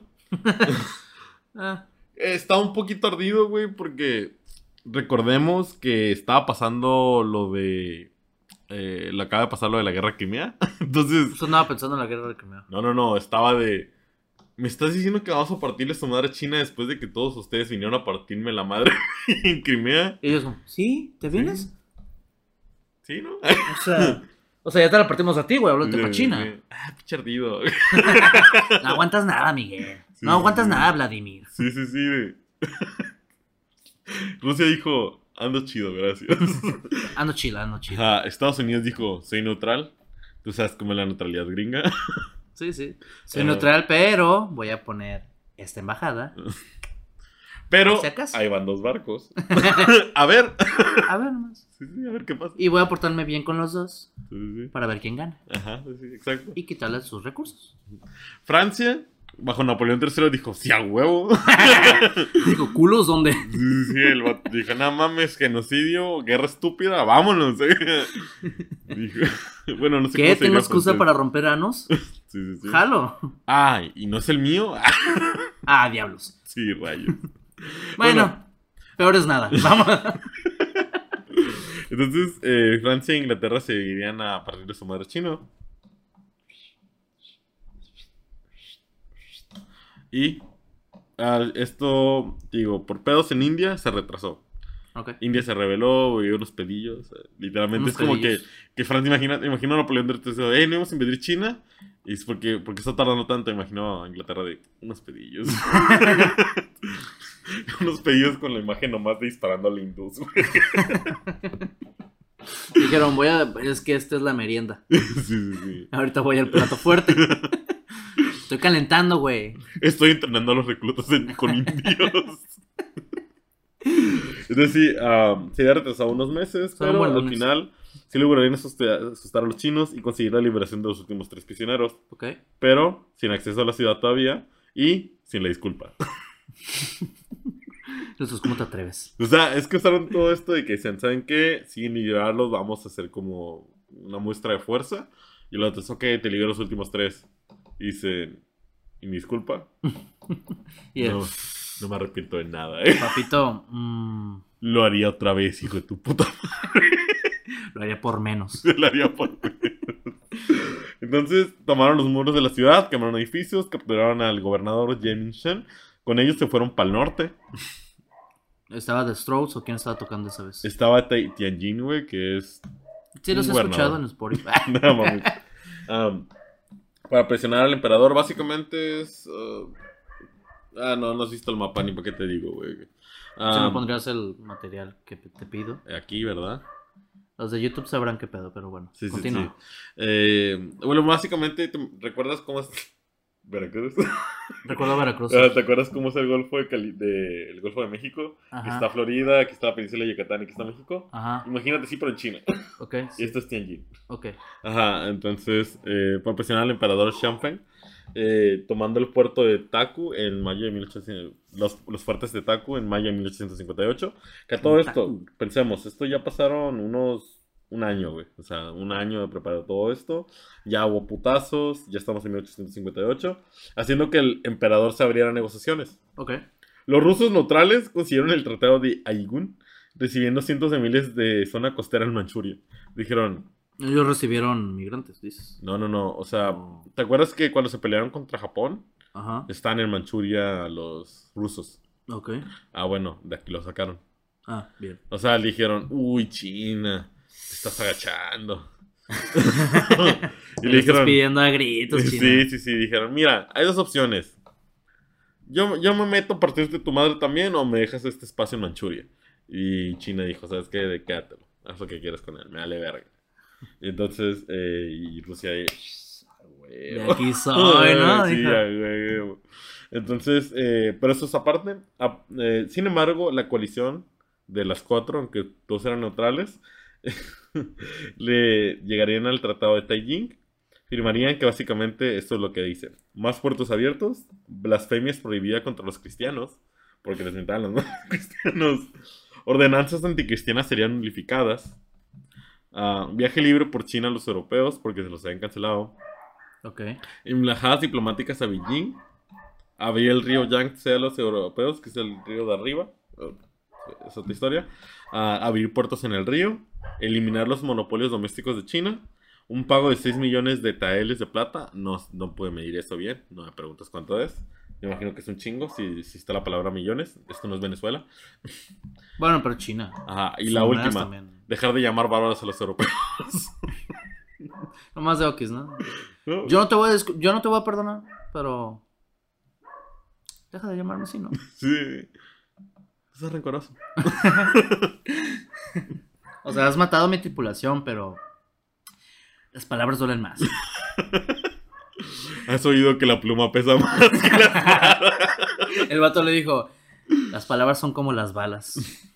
Speaker 1: Ah,
Speaker 2: Eh, estaba un poquito ardido, güey, porque recordemos que estaba pasando lo de. Eh, le
Speaker 1: pues
Speaker 2: acaba de pasar lo de la guerra de Crimea. Entonces,
Speaker 1: usted andaba pensando en la guerra de Crimea.
Speaker 2: no, no, no, estaba de. ¿Me estás diciendo que vamos a partirle su madre a China después de que todos ustedes vinieron a partirme la madre en Crimea?
Speaker 1: Y ellos como, ¿sí? ¿Te vienes?
Speaker 2: ¿Sí, no?
Speaker 1: O sea, o sea, ya te la partimos a ti, güey, háblate para China.
Speaker 2: Ah, pinche ardido.
Speaker 1: No aguantas nada, Miguel.
Speaker 2: Sí,
Speaker 1: No aguantas
Speaker 2: sí.
Speaker 1: nada, Vladimir.
Speaker 2: Sí, sí, sí. de- Rusia dijo, ando chido, gracias.
Speaker 1: Ando chila, ando chila.
Speaker 2: Ajá, Estados Unidos dijo, soy neutral. Tú sabes cómo es la neutralidad gringa.
Speaker 1: Sí, sí. Soy
Speaker 2: Eh.
Speaker 1: neutral, pero voy a poner esta embajada.
Speaker 2: Pero
Speaker 1: ¿Se acaso?
Speaker 2: ahí van dos barcos. a ver.
Speaker 1: A ver nomás.
Speaker 2: Sí, sí, a ver qué pasa.
Speaker 1: Y voy a portarme bien con los dos
Speaker 2: Sí, sí, sí.
Speaker 1: para ver quién gana.
Speaker 2: Ajá, sí, sí, exacto.
Speaker 1: Y quitarle sus recursos.
Speaker 2: Francia, bajo Napoleón III, dijo, sí, a huevo.
Speaker 1: Digo, culos, ¿dónde?
Speaker 2: Sí, sí, sí, el vato dijo, no mames, genocidio, guerra estúpida, vámonos. Dijo, bueno, no
Speaker 1: ¿Qué? ¿Tengo
Speaker 2: sé cómo se diga
Speaker 1: este excusa
Speaker 2: francés.
Speaker 1: para romper anos?
Speaker 2: Sí, sí, sí.
Speaker 1: Jalo.
Speaker 2: Ah, ¿y no es el mío? Ah,
Speaker 1: Ah, diablos.
Speaker 2: sí, rayos.
Speaker 1: Bueno,
Speaker 2: Bueno.
Speaker 1: peor es nada. Vamos.
Speaker 2: Entonces, eh, Francia e Inglaterra se irían a partir de su madre chino. Y ah, esto, digo, por pedos en India se retrasó.
Speaker 1: Ok.
Speaker 2: India se rebeló, hubo unos pedillos. eh, Literalmente
Speaker 1: Unos
Speaker 2: es como que,
Speaker 1: pedillos.
Speaker 2: que Francia, imagina, imagina a Napoleón III, eh, no íbamos a invadir China. Y es porque, porque está tardando tanto, imagino a Inglaterra de unos pedillos. unos pedillos con la imagen nomás de disparando al hindús, güey.
Speaker 1: Dijeron, voy a. Es que esta es la merienda.
Speaker 2: Sí, sí, sí.
Speaker 1: Ahorita voy al plato fuerte. Estoy calentando, güey.
Speaker 2: Estoy entrenando a los reclutas en- con indios. Entonces sí, am, se había retrasado unos meses,
Speaker 1: Fueron
Speaker 2: pero al
Speaker 1: buenos.
Speaker 2: final sí lograrían asusta- asustar a los chinos y conseguir la liberación de los últimos tres prisioneros.
Speaker 1: Ok.
Speaker 2: pero sin acceso a la ciudad todavía y sin la disculpa.
Speaker 1: Entonces, ¿cómo te atreves?
Speaker 2: O sea, es que usaron todo esto de que decían, ¿saben qué? Sin liberarlos vamos a hacer como una muestra de fuerza. Y lo otros, ok, te libero los últimos tres. Y dicen, ¿y mi disculpa?
Speaker 1: Y el
Speaker 2: No, no me arrepiento de nada, ¿eh?
Speaker 1: papito mm,
Speaker 2: Lo haría otra vez, hijo de tu puta
Speaker 1: lo haría por menos.
Speaker 2: madre. Lo haría por Entonces tomaron los muros de la ciudad, quemaron edificios, capturaron al gobernador James Shen. Con ellos se fueron para el norte.
Speaker 1: ¿Estaba The Strokes o quién estaba tocando esa vez?
Speaker 2: Estaba Tai- Tianjin, güey, que es
Speaker 1: Sí, los he
Speaker 2: un
Speaker 1: escuchado
Speaker 2: gobernador.
Speaker 1: en Spotify.
Speaker 2: No, mami. Am, para presionar al emperador, básicamente es. uh, ah, no, no has visto el mapa, ni para qué te digo, güey.
Speaker 1: Si Ah, me
Speaker 2: Am,
Speaker 1: pondrías el material que te pido.
Speaker 2: aquí, ¿verdad?
Speaker 1: Los de YouTube sabrán qué pedo, pero bueno.
Speaker 2: Sí, sí,
Speaker 1: continúa.
Speaker 2: Eh, bueno, básicamente, ¿te- ¿recuerdas cómo es. Veracruz?
Speaker 1: Recuerdo a Veracruz.
Speaker 2: Ah, ¿Te acuerdas cómo es el Golfo de, Cali- de- el Golfo de México? Aquí
Speaker 1: Ajá.
Speaker 2: está Florida, aquí está la península de Yucatán, aquí está México.
Speaker 1: Ajá.
Speaker 2: Imagínate, sí, pero en China.
Speaker 1: Ok.
Speaker 2: Y
Speaker 1: sí,
Speaker 2: esto es Tianjin.
Speaker 1: Ok.
Speaker 2: Ajá, entonces, eh, para presionar al emperador Champagne, eh, tomando el puerto de Taku en mayo de 1800, los, los fuertes de Taku en mayo de 1858. Que a todo esto,
Speaker 1: Taku.
Speaker 2: pensemos, esto ya pasaron unos, un año, güey. O sea, un año de preparar todo esto. Ya hubo putazos, ya estamos en 1858, haciendo que el emperador se abriera negociaciones.
Speaker 1: Ok.
Speaker 2: Los rusos neutrales consiguieron el tratado de Aigun, recibiendo cientos de miles de zona costera en Manchuria. Dijeron,
Speaker 1: Ellos recibieron migrantes, dices.
Speaker 2: no, no, no. O sea, ¿te acuerdas que cuando se pelearon contra Japón,
Speaker 1: Ajá.
Speaker 2: están en Manchuria los rusos?
Speaker 1: Ok.
Speaker 2: Ah, bueno, de aquí lo sacaron.
Speaker 1: Ah, bien.
Speaker 2: O sea, le dijeron, uy, China, te estás agachando. y le
Speaker 1: Le estás
Speaker 2: dijeron,
Speaker 1: pidiendo a gritos, China.
Speaker 2: sí, sí, sí, dijeron, mira, hay dos opciones. Yo, yo me meto a partir de tu madre también o me dejas este espacio en Manchuria. Y China dijo, ¿sabes qué? De quédatelo. Haz lo que quieras con él, me vale verga. Y entonces, eh, y Rusia ahí... "Ah,
Speaker 1: De
Speaker 2: huevo".
Speaker 1: aquí soy, ¿no?
Speaker 2: Sí,
Speaker 1: Dijo.
Speaker 2: a huevo. Entonces, eh, pero eso es aparte. A- eh, sin embargo, la coalición de las cuatro, aunque todos eran neutrales, le llegarían al tratado de Taijing. Firmarían que básicamente esto es lo que dicen. Más puertos abiertos, blasfemias prohibidas contra los cristianos, porque les mentaban los ¿no? cristianos. Ordenanzas anticristianas serían nulificadas. Ah, viaje libre por China a los europeos porque se los habían cancelado.
Speaker 1: Ok.
Speaker 2: Embajadas diplomáticas a Beijing. Había el río Yangtze a los europeos, que es el río de arriba. eh, Es otra historia. A abrir puertos en el río. Eliminar los monopolios domésticos de China. Un pago de 6 millones de taeles de plata. No, no pude medir eso bien. No me preguntas cuánto es. Me imagino que es un chingo. Si, si está la palabra millones. Esto no es Venezuela.
Speaker 1: Bueno, pero China.
Speaker 2: Ajá. Y
Speaker 1: Sus
Speaker 2: la
Speaker 1: monedas
Speaker 2: última.
Speaker 1: también.
Speaker 2: Dejar de llamar bárbaros a los europeos.
Speaker 1: Nomás de Oquis, ¿no?
Speaker 2: ¿No?
Speaker 1: Yo no te voy a, discu- yo no te voy a perdonar, pero. Deja de llamarme así, ¿no?
Speaker 2: Sí. Eso es rencoroso.
Speaker 1: O sea, has matado a mi tripulación, pero. Las palabras duelen más.
Speaker 2: Has oído que la pluma pesa más.
Speaker 1: El vato le dijo: Las palabras son como las balas.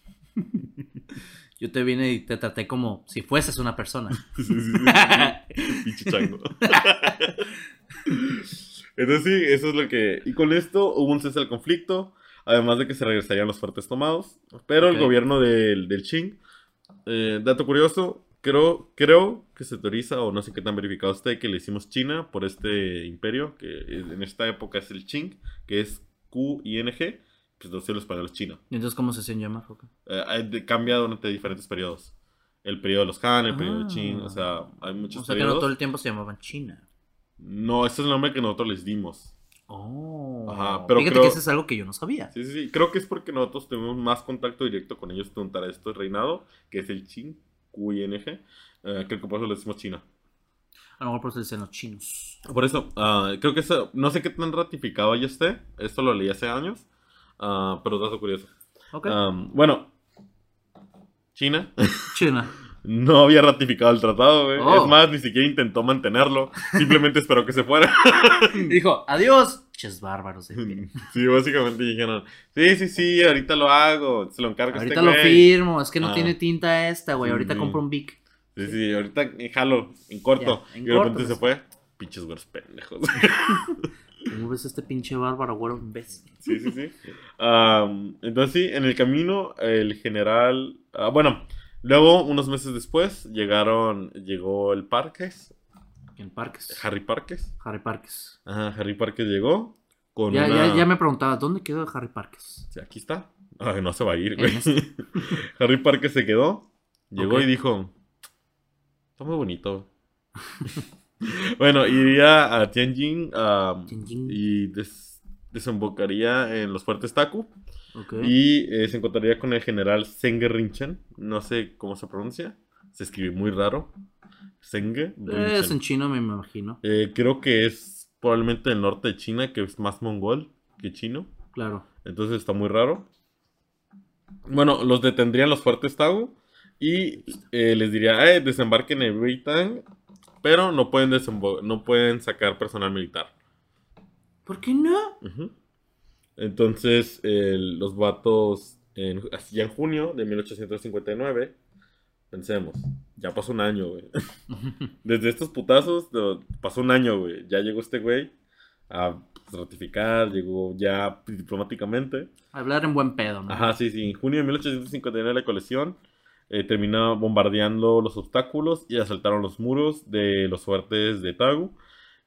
Speaker 1: Yo te vine y te traté como si fueses una persona.
Speaker 2: Sí, sí, sí, sí. Pinche chango. Entonces sí, eso es lo que... Y con esto hubo un cese al conflicto, además de que se regresarían los fuertes tomados, pero
Speaker 1: Ok.
Speaker 2: el gobierno del, del Qing, eh, dato curioso, creo, creo que se teoriza, o no sé qué tan verificado esté, que le hicimos China por este imperio, que en esta época es el Qing, que es Q-I-N-G, pues entonces los español es China.
Speaker 1: ¿Y entonces cómo se hacían llamar, Coca?
Speaker 2: Eh, hay de- cambia durante diferentes periodos. El periodo de los Han, el periodo
Speaker 1: Ah.
Speaker 2: de Qin, o sea, hay muchos
Speaker 1: O sea, que no
Speaker 2: periodos.
Speaker 1: todo el tiempo se llamaban China.
Speaker 2: No, ese es el nombre que nosotros les dimos.
Speaker 1: Oh.
Speaker 2: Ajá, pero
Speaker 1: Fíjate
Speaker 2: creo-
Speaker 1: que eso es algo que yo no sabía.
Speaker 2: Sí, sí, sí. Creo que es porque nosotros tenemos más contacto directo con ellos durante esto reinado, que es el Qin, QING. Eh, creo que por eso le decimos China.
Speaker 1: A lo mejor por eso dicen los chinos.
Speaker 2: Por eso, ah, creo que eso, no sé qué tan ratificado ya esté. Esto lo leí hace años, ah, pero dato curioso.
Speaker 1: Ok.
Speaker 2: Am, bueno, China
Speaker 1: China.
Speaker 2: no había ratificado el tratado, güey.
Speaker 1: Oh.
Speaker 2: Es más, ni siquiera intentó mantenerlo. Simplemente esperó que se fuera.
Speaker 1: Dijo, adiós, ches bárbaros. de pie".
Speaker 2: Sí, básicamente dijeron, sí, sí, sí, ahorita lo hago, se lo encargo a
Speaker 1: Ahorita
Speaker 2: este
Speaker 1: lo
Speaker 2: güey".
Speaker 1: firmo, es que no
Speaker 2: Ah.
Speaker 1: tiene tinta esta, güey. Ahorita
Speaker 2: Sí.
Speaker 1: compro un Vic.
Speaker 2: Sí, sí, ahorita eh, jalo, en corto.
Speaker 1: Ya, en
Speaker 2: y de repente
Speaker 1: corto, pues.
Speaker 2: se fue, pinches güeros pendejos.
Speaker 1: ¿Cómo ves este pinche bárbaro, güey? imbécil?
Speaker 2: sí, sí, sí. Am, entonces sí, en el camino, el general, ah, bueno, luego, unos meses después, llegaron, llegó el Parques,
Speaker 1: En Parques.
Speaker 2: Harry Parques.
Speaker 1: Harry Parques.
Speaker 2: Ajá, Harry Parques llegó con
Speaker 1: Ya,
Speaker 2: una...
Speaker 1: ya, ya me preguntaba, ¿dónde quedó Harry Parques?
Speaker 2: Sí, aquí está. Ay, no se va a ir,
Speaker 1: En
Speaker 2: güey.
Speaker 1: este.
Speaker 2: Harry Parker se quedó, llegó
Speaker 1: Ok.
Speaker 2: y dijo: Está muy bonito. bueno, iría a Tianjin am,
Speaker 1: Yin, yin.
Speaker 2: y des- desembocaría en los fuertes Taku.
Speaker 1: Ok.
Speaker 2: Y eh, se encontraría con el general Senge Rinchen. No sé cómo se pronuncia. Se escribe muy raro. Senge
Speaker 1: Eh, es en
Speaker 2: Rinchen.
Speaker 1: chino, me imagino.
Speaker 2: Eh, creo que es probablemente del norte de China, que es más mongol que chino.
Speaker 1: Claro.
Speaker 2: Entonces está muy raro. Bueno, los detendrían los fuertes Tau y eh, les diría, eh, desembarquen en Britain, pero no pueden, desembo- no pueden sacar personal militar.
Speaker 1: ¿Por qué no?
Speaker 2: Ujú. Entonces eh, los vatos, en, así ya en junio de 1859, pensemos, ya pasó un año, güey. Desde estos putazos no, pasó un año, güey. Ya llegó este güey a pues, ratificar, llegó ya diplomáticamente.
Speaker 1: Hablar en buen pedo, ¿no?
Speaker 2: Ajá, sí, sí. En junio de 1859 la colección eh, terminaba bombardeando los obstáculos y asaltaron los muros de los fuertes de Tagu.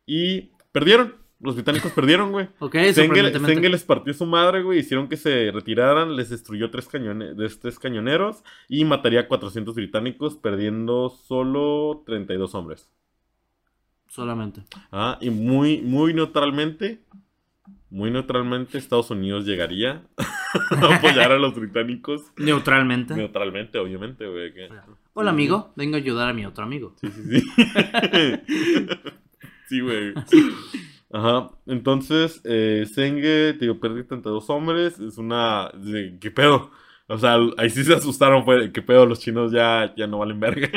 Speaker 2: Y perdieron. Los británicos perdieron, güey.
Speaker 1: Ok,
Speaker 2: Sengel,
Speaker 1: sorprendentemente.
Speaker 2: Sengel les partió su madre, güey. Hicieron que se retiraran, les destruyó tres, cañone- des- tres cañoneros y mataría a 400 británicos, perdiendo solo 32 hombres.
Speaker 1: Solamente.
Speaker 2: Ah, y muy, muy neutralmente, muy neutralmente, Estados Unidos llegaría a apoyar a los británicos
Speaker 1: Neutralmente.
Speaker 2: Neutralmente, obviamente, güey. que-
Speaker 1: Hola, amigo. Vengo a ayudar a mi otro amigo.
Speaker 2: Sí, sí, sí. sí, güey. Ajá. Entonces, eh, Senge, te digo, perdí 32 hombres. Es una. de- ¿Qué pedo? O sea, ahí sí se asustaron, fue de, ¿Qué pedo? Los chinos ya, ya no valen verga.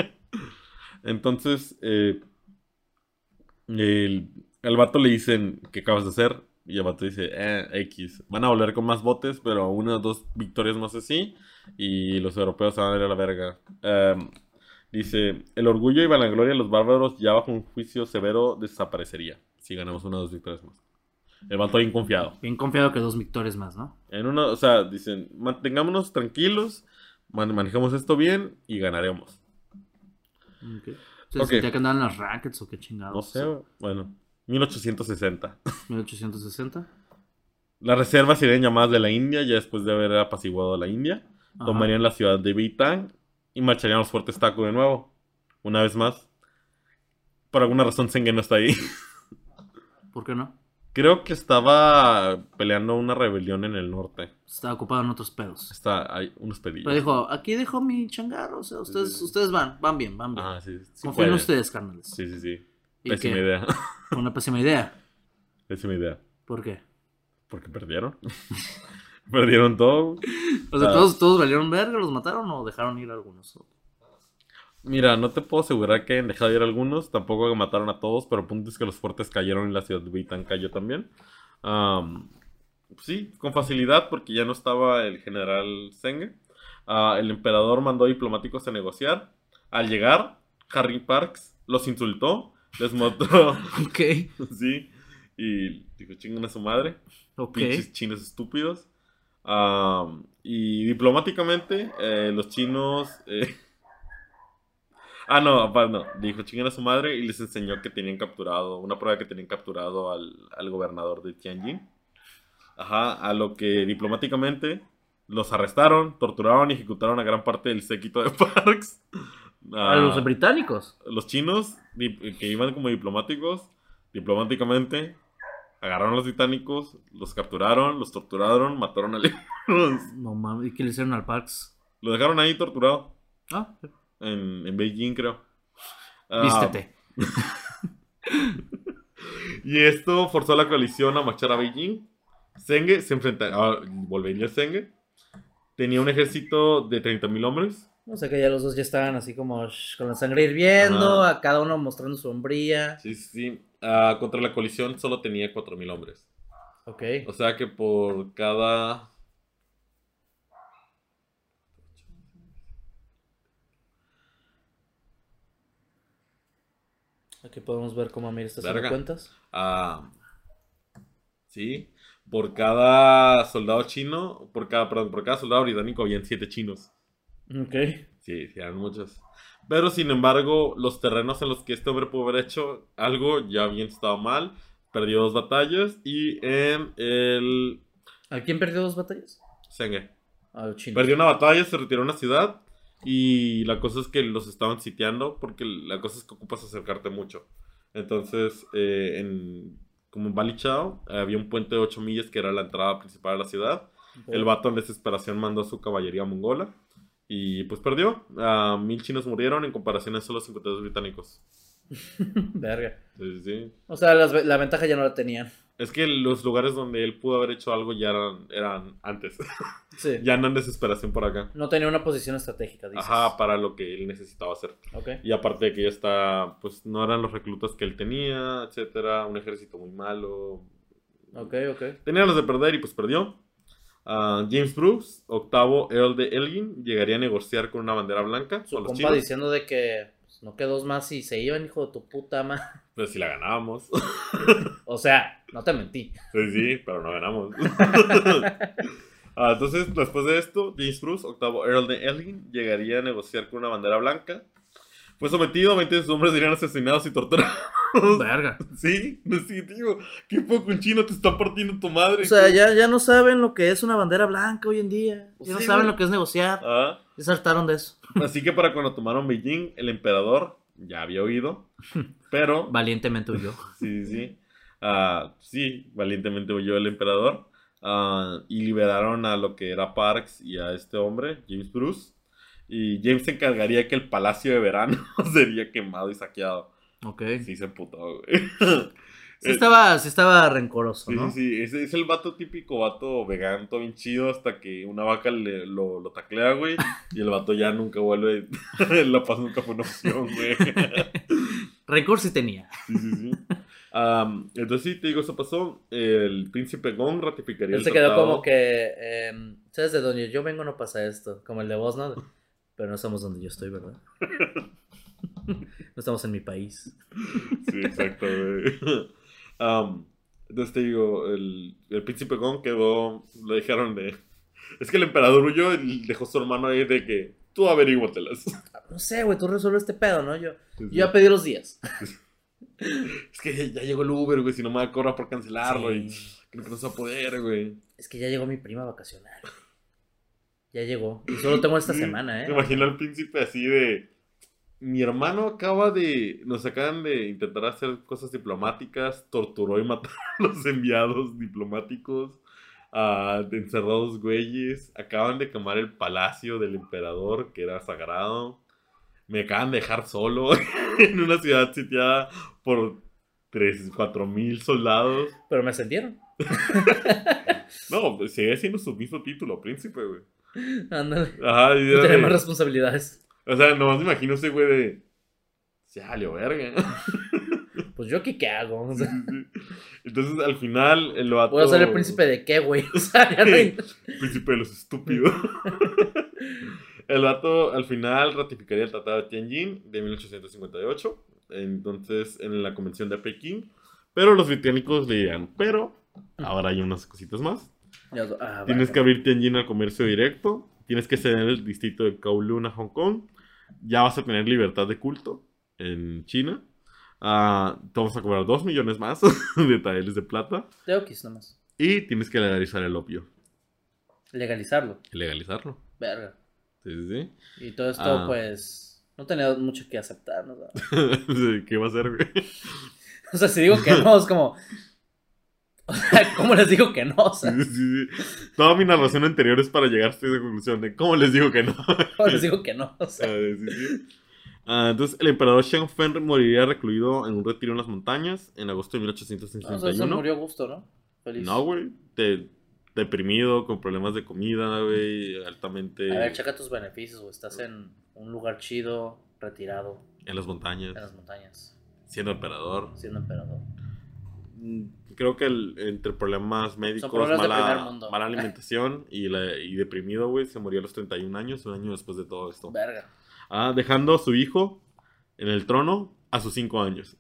Speaker 2: Entonces, eh, el, al vato le dicen, ¿qué acabas de hacer? Y el vato dice, eh, X. Van a volver con más botes, pero unas dos victorias más así. Y los europeos se van a ir a la verga. Em, dice, el orgullo y vanagloria de los bárbaros ya bajo un juicio severo desaparecería. Si ganamos una o dos victorias más. El vato bien confiado.
Speaker 1: Bien confiado que dos victorias más, ¿no?
Speaker 2: En una, o sea, dicen, mantengámonos tranquilos, man- manejemos esto bien y ganaremos.
Speaker 1: Ok. ¿Se
Speaker 2: Ok.
Speaker 1: sentía que andaban en las rackets o qué chingados?
Speaker 2: No sé, bueno, 1860.
Speaker 1: 1860.
Speaker 2: Las reservas serían llamadas de la India ya después de haber apaciguado a la India.
Speaker 1: Ajá.
Speaker 2: Tomarían la ciudad de Beitang y marcharían a los fuertes Taku de nuevo. Una vez más. Por alguna razón Sengen no está ahí.
Speaker 1: ¿Por qué no?
Speaker 2: Creo que estaba peleando una rebelión en el norte.
Speaker 1: Estaba ocupado en otros pedos.
Speaker 2: Está, hay unos
Speaker 1: Pero
Speaker 2: pedillos.
Speaker 1: dijo, aquí dejo mi changarro, o sea, ustedes, ustedes van, van bien, van bien.
Speaker 2: Ah, sí. sí
Speaker 1: Confío en
Speaker 2: puede.
Speaker 1: ustedes, carnales.
Speaker 2: Sí, sí, sí.
Speaker 1: ¿Y
Speaker 2: Pésima
Speaker 1: qué?
Speaker 2: idea.
Speaker 1: Fue Una pésima idea.
Speaker 2: Pésima idea.
Speaker 1: ¿Por qué?
Speaker 2: Porque perdieron. perdieron todo.
Speaker 1: O sea,
Speaker 2: Ah.
Speaker 1: todos, todos valieron verga, los mataron o dejaron ir algunos.
Speaker 2: Mira, no te puedo asegurar que hayan dejado de ir algunos, tampoco que mataron a todos, pero el punto es que los fuertes cayeron y la ciudad de Beitán cayó también. Am, sí, con facilidad, porque ya no estaba el general Senge. Ah, el emperador mandó diplomáticos a negociar. Al llegar, Harry Parks los insultó, les mató,
Speaker 1: Ok,
Speaker 2: sí, y dijo, chingan a su madre
Speaker 1: ok.
Speaker 2: pinches chinos estúpidos. Am, y diplomáticamente, eh, los chinos. eh, Ah, no, aparte no. Dijo chingan a su madre y les enseñó que tenían capturado, una prueba que tenían capturado al, al gobernador de Tianjin. Ajá, a lo que diplomáticamente los arrestaron, torturaron y ejecutaron a gran parte del séquito de Parks.
Speaker 1: A los
Speaker 2: Ah,
Speaker 1: británicos.
Speaker 2: los chinos di- que iban como diplomáticos, diplomáticamente, agarraron a los británicos, los capturaron, los torturaron, mataron a los,
Speaker 1: No mames, ¿y qué le hicieron al Parks?
Speaker 2: lo dejaron ahí torturado,
Speaker 1: Ah,
Speaker 2: en, en Beijing creo. Ah,
Speaker 1: vístete.
Speaker 2: y esto forzó a la coalición a marchar a Beijing. Senge se enfrentaba, volvería Senge. Tenía un ejército de 30.000 hombres.
Speaker 1: O sea que ya los dos ya estaban así como shh, con la sangre hirviendo,
Speaker 2: Ajá.
Speaker 1: a cada uno mostrando su hombría.
Speaker 2: Sí, sí, sí. Ah, contra la coalición solo tenía 4.000 hombres.
Speaker 1: Ok.
Speaker 2: O sea que por cada.
Speaker 1: Aquí podemos ver cómo Amir está
Speaker 2: Verga.
Speaker 1: haciendo cuentas.
Speaker 2: Ah, sí. Por cada soldado chino, por cada, perdón, por cada soldado británico habían siete chinos.
Speaker 1: Ok.
Speaker 2: Sí, sí, eran muchos. Pero sin embargo, los terrenos en los que este hombre pudo haber hecho algo ya habían estado mal. Perdió dos batallas y en el
Speaker 1: ¿A quién perdió dos batallas?
Speaker 2: Senge.
Speaker 1: A los chinos.
Speaker 2: Perdió una batalla, se retiró a una ciudad y la cosa es que los estaban sitiando porque la cosa es que ocupas acercarte mucho. Entonces, eh, en, como en Balichao, había un puente de 8 millas que era la entrada principal de la ciudad. El vato en desesperación mandó a su caballería mongola y pues perdió. Ah, mil chinos murieron en comparación a solo 52 británicos.
Speaker 1: Verga.
Speaker 2: Sí, sí, sí.
Speaker 1: O sea, las ve- la ventaja ya no la tenían.
Speaker 2: Es que los lugares donde él pudo haber hecho algo ya eran, eran antes.
Speaker 1: Sí.
Speaker 2: ya no en desesperación por acá.
Speaker 1: No tenía una posición estratégica, dices.
Speaker 2: Ajá, para lo que él necesitaba hacer.
Speaker 1: Ok.
Speaker 2: Y aparte de que ya está, pues no eran los reclutas que él tenía, etcétera, un ejército muy malo.
Speaker 1: Ok, ok.
Speaker 2: Tenía los de perder y pues perdió. Ah, James Bruce, octavo Earl de Elgin, llegaría a negociar con una bandera blanca
Speaker 1: Su
Speaker 2: con los
Speaker 1: compa
Speaker 2: chinos.
Speaker 1: diciendo de que pues, no quedó dos más y se iban, hijo de tu puta madre.
Speaker 2: Pues si la ganábamos.
Speaker 1: O sea, no te mentí.
Speaker 2: Sí, sí, pero no ganamos. Ah, entonces, después de esto, James Bruce, octavo Earl de Elgin, llegaría a negociar con una bandera blanca. Fue sometido, 20 de sus hombres serían asesinados y torturados.
Speaker 1: Verga.
Speaker 2: Sí, no sí, tío. Qué poco un chino te está partiendo tu madre.
Speaker 1: O sea, ya, ya no saben lo que es una bandera blanca hoy en día.
Speaker 2: Pues
Speaker 1: Ya no
Speaker 2: sí,
Speaker 1: saben
Speaker 2: güey.
Speaker 1: lo que es negociar.
Speaker 2: Ah,
Speaker 1: Ya saltaron de eso.
Speaker 2: así que para cuando tomaron Beijing, el emperador ya había oído. Pero,
Speaker 1: Valientemente huyó.
Speaker 2: sí, sí, sí. Ah, sí, valientemente huyó el emperador. Ah, y liberaron a lo que era Parks y a este hombre, James Bruce. Y James se encargaría que el palacio de verano sería quemado y saqueado.
Speaker 1: Ok.
Speaker 2: Sí, se emputó, güey.
Speaker 1: Sí estaba, sí estaba rencoroso,
Speaker 2: Sí,
Speaker 1: ¿no?
Speaker 2: sí, sí, es, es el vato típico, vato vegano, todo bien chido, hasta que una vaca le- lo, lo taclea, güey, y el vato ya nunca vuelve, la paz nunca fue una opción, güey.
Speaker 1: Rencor sí tenía.
Speaker 2: Sí, sí, sí. Am, entonces sí, te digo, eso pasó, el príncipe Gong ratificaría
Speaker 1: Él
Speaker 2: el
Speaker 1: se quedó
Speaker 2: tratado.
Speaker 1: como que, em, ¿sabes de donde yo vengo no pasa esto? Como el de vos, ¿no? Pero no estamos donde yo estoy, ¿verdad? No estamos en mi país.
Speaker 2: Sí, exacto, güey. Am, entonces te digo, el, el príncipe Gong quedó, lo dejaron de... Es que el emperador huyó y dejó a su hermano ahí de que, tú averíguatelas.
Speaker 1: No sé, güey, tú resuelves este pedo, ¿no? Yo,
Speaker 2: Sí, sí.
Speaker 1: yo ya pedí los días.
Speaker 2: Es que ya, ya llegó el Uber, güey, si no me va a cobrar por cancelarlo y...
Speaker 1: Sí.
Speaker 2: Creo que no se va a poder, güey.
Speaker 1: Es que ya llegó mi prima vacacional. Ya llegó. Y solo tengo esta semana,
Speaker 2: Me
Speaker 1: ¿eh?
Speaker 2: imagino al príncipe así de. mi hermano acaba de. Nos acaban de intentar hacer cosas diplomáticas. Torturó y mató a los enviados diplomáticos. A encerrados güeyes. Acaban de quemar el palacio del emperador, que era sagrado. Me acaban de dejar solo en una ciudad sitiada por 3, 4 mil soldados.
Speaker 1: Pero me ascendieron.
Speaker 2: No, pues, sigue siendo su mismo título, príncipe, güey.
Speaker 1: Ándale.
Speaker 2: Ajá, y
Speaker 1: Yo
Speaker 2: era
Speaker 1: tenía
Speaker 2: de-
Speaker 1: más responsabilidades.
Speaker 2: O sea, nomás me imagino ese güey de. Ya, leo verga.
Speaker 1: Pues yo qué, qué hago. O sea,
Speaker 2: Entonces, al final, el vato.
Speaker 1: Voy a ser el príncipe de qué, güey. O sea, ya no hay-
Speaker 2: Príncipe de los estúpidos. el vato al final ratificaría el Tratado de Tianjin de 1858. Entonces, en la Convención de Pekín. Pero los británicos le dirán, pero ahora hay unas cositas más.
Speaker 1: Ya, ah,
Speaker 2: Tienes
Speaker 1: vale.
Speaker 2: que abrir Tianjin al comercio directo. Tienes que ceder el distrito de Kowloon a Hong Kong. Ya vas a tener libertad de culto en China. Ah, te vamos a cobrar dos millones más de taeles de plata.
Speaker 1: De Oquis nomás.
Speaker 2: Y tienes que legalizar el opio.
Speaker 1: Legalizarlo.
Speaker 2: Legalizarlo.
Speaker 1: Verga.
Speaker 2: Sí, sí,
Speaker 1: Y todo esto,
Speaker 2: Ah.
Speaker 1: pues, no tenía mucho que aceptar, ¿no?
Speaker 2: sí. ¿Qué va a hacer, güey?
Speaker 1: O sea, si digo que no, es como... O sea, ¿cómo les digo que no? O sea,
Speaker 2: Sí, sí, sí. Toda mi narración anterior es para llegar a esa conclusión de cómo les digo que no.
Speaker 1: ¿cómo les digo que no? O sea,
Speaker 2: Ah, sí, sí. Ah, entonces, el emperador Shang Fen moriría recluido en un retiro en las montañas en agosto de
Speaker 1: no, o sea, se
Speaker 2: 1861.
Speaker 1: murió a gusto, ¿no? Feliz.
Speaker 2: No, güey. Te- deprimido, con problemas de comida, güey. Altamente
Speaker 1: A ver, checa tus beneficios, güey. Estás en un lugar chido, retirado,
Speaker 2: en las montañas,
Speaker 1: en las montañas,
Speaker 2: siendo emperador.
Speaker 1: siendo emperador.
Speaker 2: Mm, Creo que el- entre problemas médicos,
Speaker 1: problemas de primer
Speaker 2: mala,
Speaker 1: mundo.
Speaker 2: mala alimentación y, la- y deprimido, güey. Se murió a los 31 años, un año después de todo esto.
Speaker 1: Verga.
Speaker 2: Ah, dejando a su hijo en el trono a sus 5 años.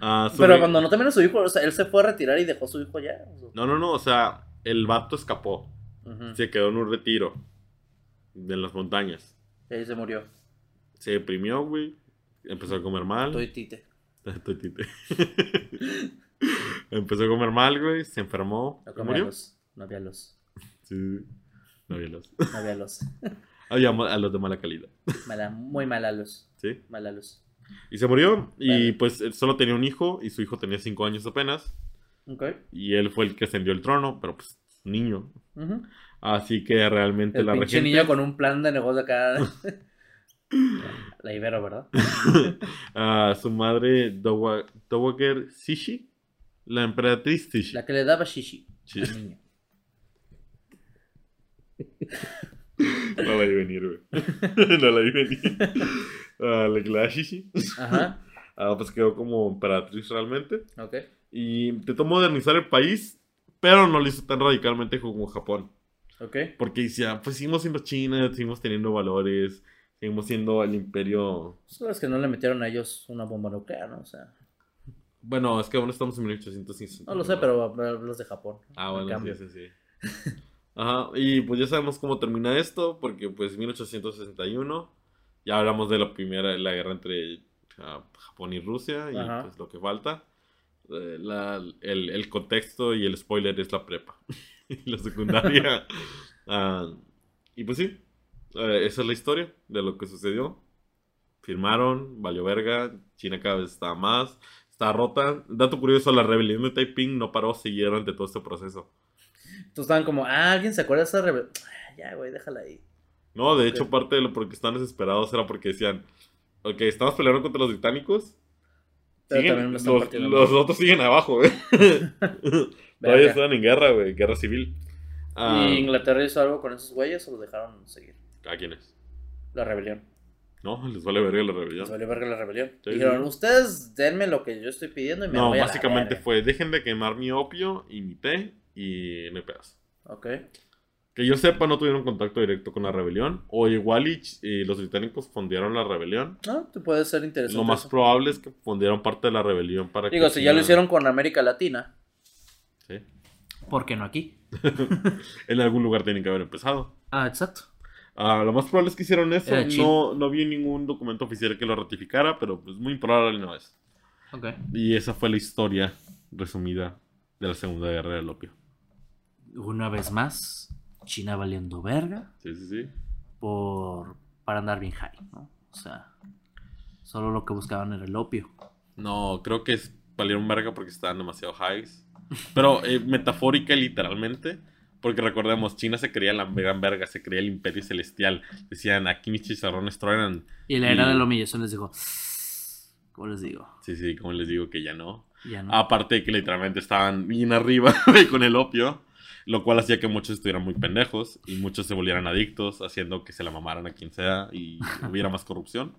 Speaker 2: Ah, su-
Speaker 1: Pero cuando no terminó su hijo, o sea, él se fue a retirar y dejó a su hijo ya. o sea.
Speaker 2: No, no, no, o sea, el vato escapó.
Speaker 1: Ujú.
Speaker 2: Se quedó en un retiro de las montañas.
Speaker 1: Y ahí se murió.
Speaker 2: Se deprimió, güey. Empezó a comer mal.
Speaker 1: Estoy tite.
Speaker 2: Estoy tite. Empezó a comer mal, güey. Se enfermó.
Speaker 1: No
Speaker 2: ¿Se
Speaker 1: comía
Speaker 2: murió?
Speaker 1: los. No había los.
Speaker 2: Sí, sí. No había los.
Speaker 1: No había los.
Speaker 2: Había ma- a los de mala calidad.
Speaker 1: Mala, muy mala luz.
Speaker 2: Sí.
Speaker 1: Mala luz.
Speaker 2: Y se murió. Y
Speaker 1: Bueno.
Speaker 2: pues él solo tenía un hijo. Y su hijo tenía cinco años apenas.
Speaker 1: Ok.
Speaker 2: Y él fue el que ascendió el trono. Pero pues, niño.
Speaker 1: Ujú.
Speaker 2: Así que realmente
Speaker 1: El
Speaker 2: la
Speaker 1: pinche
Speaker 2: regente.
Speaker 1: niño con un plan de negocio acá. La Ibero, ¿verdad?
Speaker 2: a ah, su madre, Dowa- Dowager Sishi. La emperatriz Sishi.
Speaker 1: La que le daba shishi
Speaker 2: Sí.
Speaker 1: al niño.
Speaker 2: No la vi venir, güey. No la vi venir. Ah, la que le da shishi.
Speaker 1: Ajá.
Speaker 2: Ah, pues quedó como emperatriz realmente.
Speaker 1: Ok.
Speaker 2: Y intentó modernizar el país, pero no lo hizo tan radicalmente como Japón.
Speaker 1: Ok.
Speaker 2: Porque decía, pues seguimos siendo China, seguimos teniendo valores, seguimos siendo el imperio.
Speaker 1: Solo es que no le metieron a ellos una bomba nuclear, ¿no? O sea.
Speaker 2: Bueno, es que aún estamos en 1850.
Speaker 1: No lo sé, pero los de Japón.
Speaker 2: Ah,
Speaker 1: En
Speaker 2: bueno, sí,
Speaker 1: cambio.
Speaker 2: sí, sí. Ajá, y pues ya sabemos cómo termina esto, porque pues 1861, ya hablamos de la primera, la guerra entre ah, Japón y Rusia, y
Speaker 1: Ajá.
Speaker 2: pues lo que falta. Eh, la- el, el contexto y el spoiler es la prepa y la secundaria. Ah, y pues sí, eh, esa es la historia de lo que sucedió. Firmaron, valió verga, China cada vez está más, está rota. Dato curioso, la rebelión de Taiping no paró, siguió durante todo este proceso.
Speaker 1: Entonces estaban como, ah, ¿alguien se acuerda de esa rebelión? Ya, güey, déjala ahí.
Speaker 2: No, de
Speaker 1: Ok.
Speaker 2: hecho, parte de lo por qué están desesperados era porque decían, ok, estamos peleando contra los británicos.
Speaker 1: Pero
Speaker 2: siguen-
Speaker 1: también me están
Speaker 2: los,
Speaker 1: partiendo
Speaker 2: los otros siguen abajo, güey. Todavía
Speaker 1: Verga.
Speaker 2: están en guerra, güey, guerra civil. Ah,
Speaker 1: ¿Y Inglaterra hizo algo con esos güeyes o los dejaron seguir?
Speaker 2: ¿A quiénes?
Speaker 1: La rebelión.
Speaker 2: No, les vale verga la
Speaker 1: Les
Speaker 2: rebelión.
Speaker 1: valió verga la rebelión.
Speaker 2: Sí,
Speaker 1: Dijeron,
Speaker 2: sí.
Speaker 1: ustedes denme lo que yo estoy pidiendo y me
Speaker 2: No,
Speaker 1: voy a la
Speaker 2: básicamente
Speaker 1: verga".
Speaker 2: fue, dejen de quemar mi opio y mi té y no hay pedazo.
Speaker 1: Ok.
Speaker 2: Que yo sepa, no tuvieron contacto directo con la rebelión. O igual y, ch- y los británicos fondearon la rebelión.
Speaker 1: No, te puede ser interesante.
Speaker 2: Lo más
Speaker 1: eso.
Speaker 2: probable es que fondearon parte de la rebelión para
Speaker 1: Digo,
Speaker 2: que
Speaker 1: si ya lo
Speaker 2: China-
Speaker 1: hicieron con América Latina,
Speaker 2: Sí.
Speaker 1: ¿por qué no aquí?
Speaker 2: En algún lugar tienen que haber empezado.
Speaker 1: Ah, exacto.
Speaker 2: Ah, lo más probable es que hicieron eso.
Speaker 1: Era China.
Speaker 2: No, no vi ningún documento oficial que lo ratificara, pero pues muy probable no es.
Speaker 1: Ok.
Speaker 2: Y esa fue la historia resumida de la Segunda Guerra del Opio.
Speaker 4: Una vez más, China valiendo verga
Speaker 2: Sí, sí, sí.
Speaker 4: por, para andar bien high, ¿no? O
Speaker 1: O sea, solo lo que buscaban era el opio.
Speaker 2: No, creo que es, valieron verga porque estaban demasiado highs. Pero eh, metafórica y literalmente. Porque recordemos, China se creía la gran verga, se creía el imperio celestial. Decían, aquí mis chicharrones truenan.
Speaker 1: Y la era
Speaker 2: Y-
Speaker 1: de la humillación les dijo, ¿cómo les digo?
Speaker 2: Sí, sí, como les digo que ya no.
Speaker 1: Ya no.
Speaker 2: Aparte de que literalmente estaban bien arriba güey, con el opio. Lo cual hacía que muchos estuvieran muy pendejos y muchos se volvieran adictos, haciendo que se la mamaran a quien sea y hubiera más corrupción.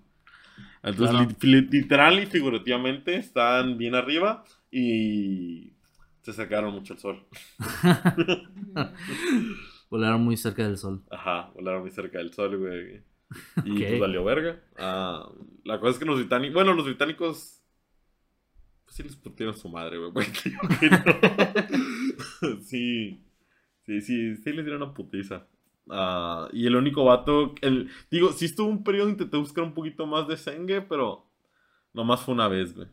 Speaker 2: Entonces,
Speaker 1: Claro.
Speaker 2: li- li- literal y figurativamente, están bien arriba y se sacaron mucho el sol.
Speaker 1: Volaron muy cerca del sol.
Speaker 2: Ajá, volaron muy cerca del sol, güey. Y
Speaker 1: Ok.
Speaker 2: pues valió verga. Ah, la cosa es que los británicos. Bueno, los británicos. Pues sí les putieron su madre, güey. porque yo que no. sí. Sí, sí, sí les dieron una putiza. Ah, y el único vato. El, digo, sí estuvo un periodo, intenté buscar un poquito más de Sengue, pero. Nomás fue una vez, güey.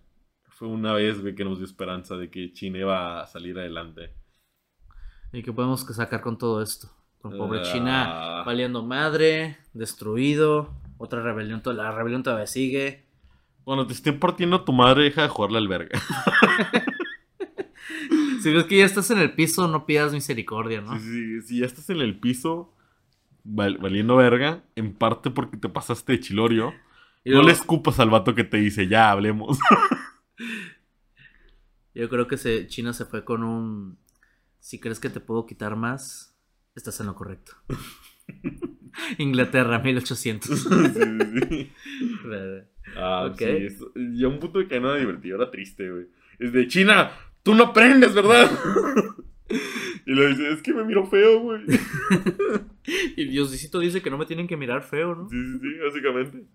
Speaker 2: Fue una vez, güey, que nos dio esperanza de que China iba a salir adelante.
Speaker 1: ¿Y qué podemos sacar con todo esto? Con pobre China
Speaker 2: Ah.
Speaker 1: valiendo madre, destruido, otra rebelión, to- la rebelión todavía sigue.
Speaker 2: Cuando te estén partiendo tu madre, deja de jugarle al verga.
Speaker 1: Si ves que ya estás en el piso, no pidas misericordia, ¿no?
Speaker 2: Sí, sí, sí, si ya estás en el piso val- valiendo verga, en parte porque te pasaste de chilorio,
Speaker 1: Y
Speaker 2: no
Speaker 1: luego-
Speaker 2: le escupas al vato que te dice, ya hablemos.
Speaker 1: Yo creo que se, China se fue con un. Si crees que te puedo quitar más, estás en lo correcto. Inglaterra, 1800.
Speaker 2: Sí, sí, sí. Ah,
Speaker 1: Ok.
Speaker 2: sí, eso- ya un punto de que no era divertido, era triste, güey. Es de China, tú no aprendes, ¿verdad? y le dice, es que me miro feo, güey. Sí,
Speaker 1: y Diosdicito dice que no me tienen que mirar feo, ¿no?
Speaker 2: sí, sí, básicamente.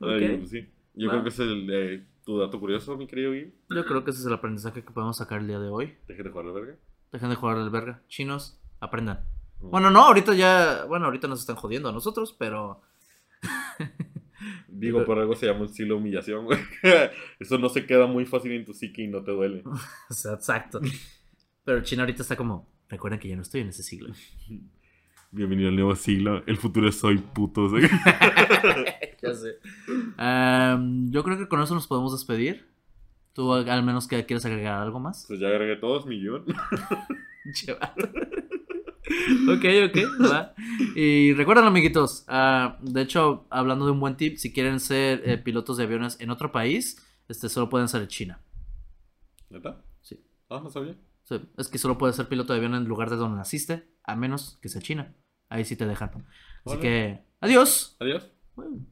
Speaker 2: Ay,
Speaker 1: Ok.
Speaker 2: pues sí. Yo
Speaker 1: Va.
Speaker 2: creo que ese es el, eh, tu dato curioso, mi querido Gui.
Speaker 1: Yo creo que ese es el aprendizaje que podemos sacar el día de hoy.
Speaker 2: Deja de jugar la verga.
Speaker 1: Dejen de jugar al verga. Chinos, aprendan. Bueno, no, ahorita ya. Bueno, ahorita nos están jodiendo a nosotros, pero.
Speaker 2: Digo,
Speaker 1: Pero-
Speaker 2: por algo se llama un estilo de humillación, güey. Eso no se queda muy fácil en tu psique y no te duele.
Speaker 1: O sea, exacto. Pero China ahorita está como. Recuerden que yo no estoy en ese siglo.
Speaker 2: Bienvenido al nuevo siglo. El futuro es hoy, putos. ¿eh?
Speaker 3: Ya sé.
Speaker 1: Am, Em, yo creo que con eso nos podemos despedir. Tú al al menos que quieres agregar algo más.
Speaker 2: Pues ya agregué todos, mi guión.
Speaker 1: Che, vato. ok, ok. va. Y recuerden, amiguitos, ah, de hecho, hablando de un buen tip, si quieren ser eh, pilotos de aviones en otro país, este solo pueden ser en China.
Speaker 2: ¿Neta?
Speaker 1: Sí.
Speaker 2: Ah, no sabía.
Speaker 1: O sea, es que solo puedes ser piloto de avión en el lugar de donde naciste, a menos que sea China. Ahí sí te dejan. Así
Speaker 2: Órale.
Speaker 1: que, adiós.
Speaker 2: Adiós.
Speaker 1: Bueno.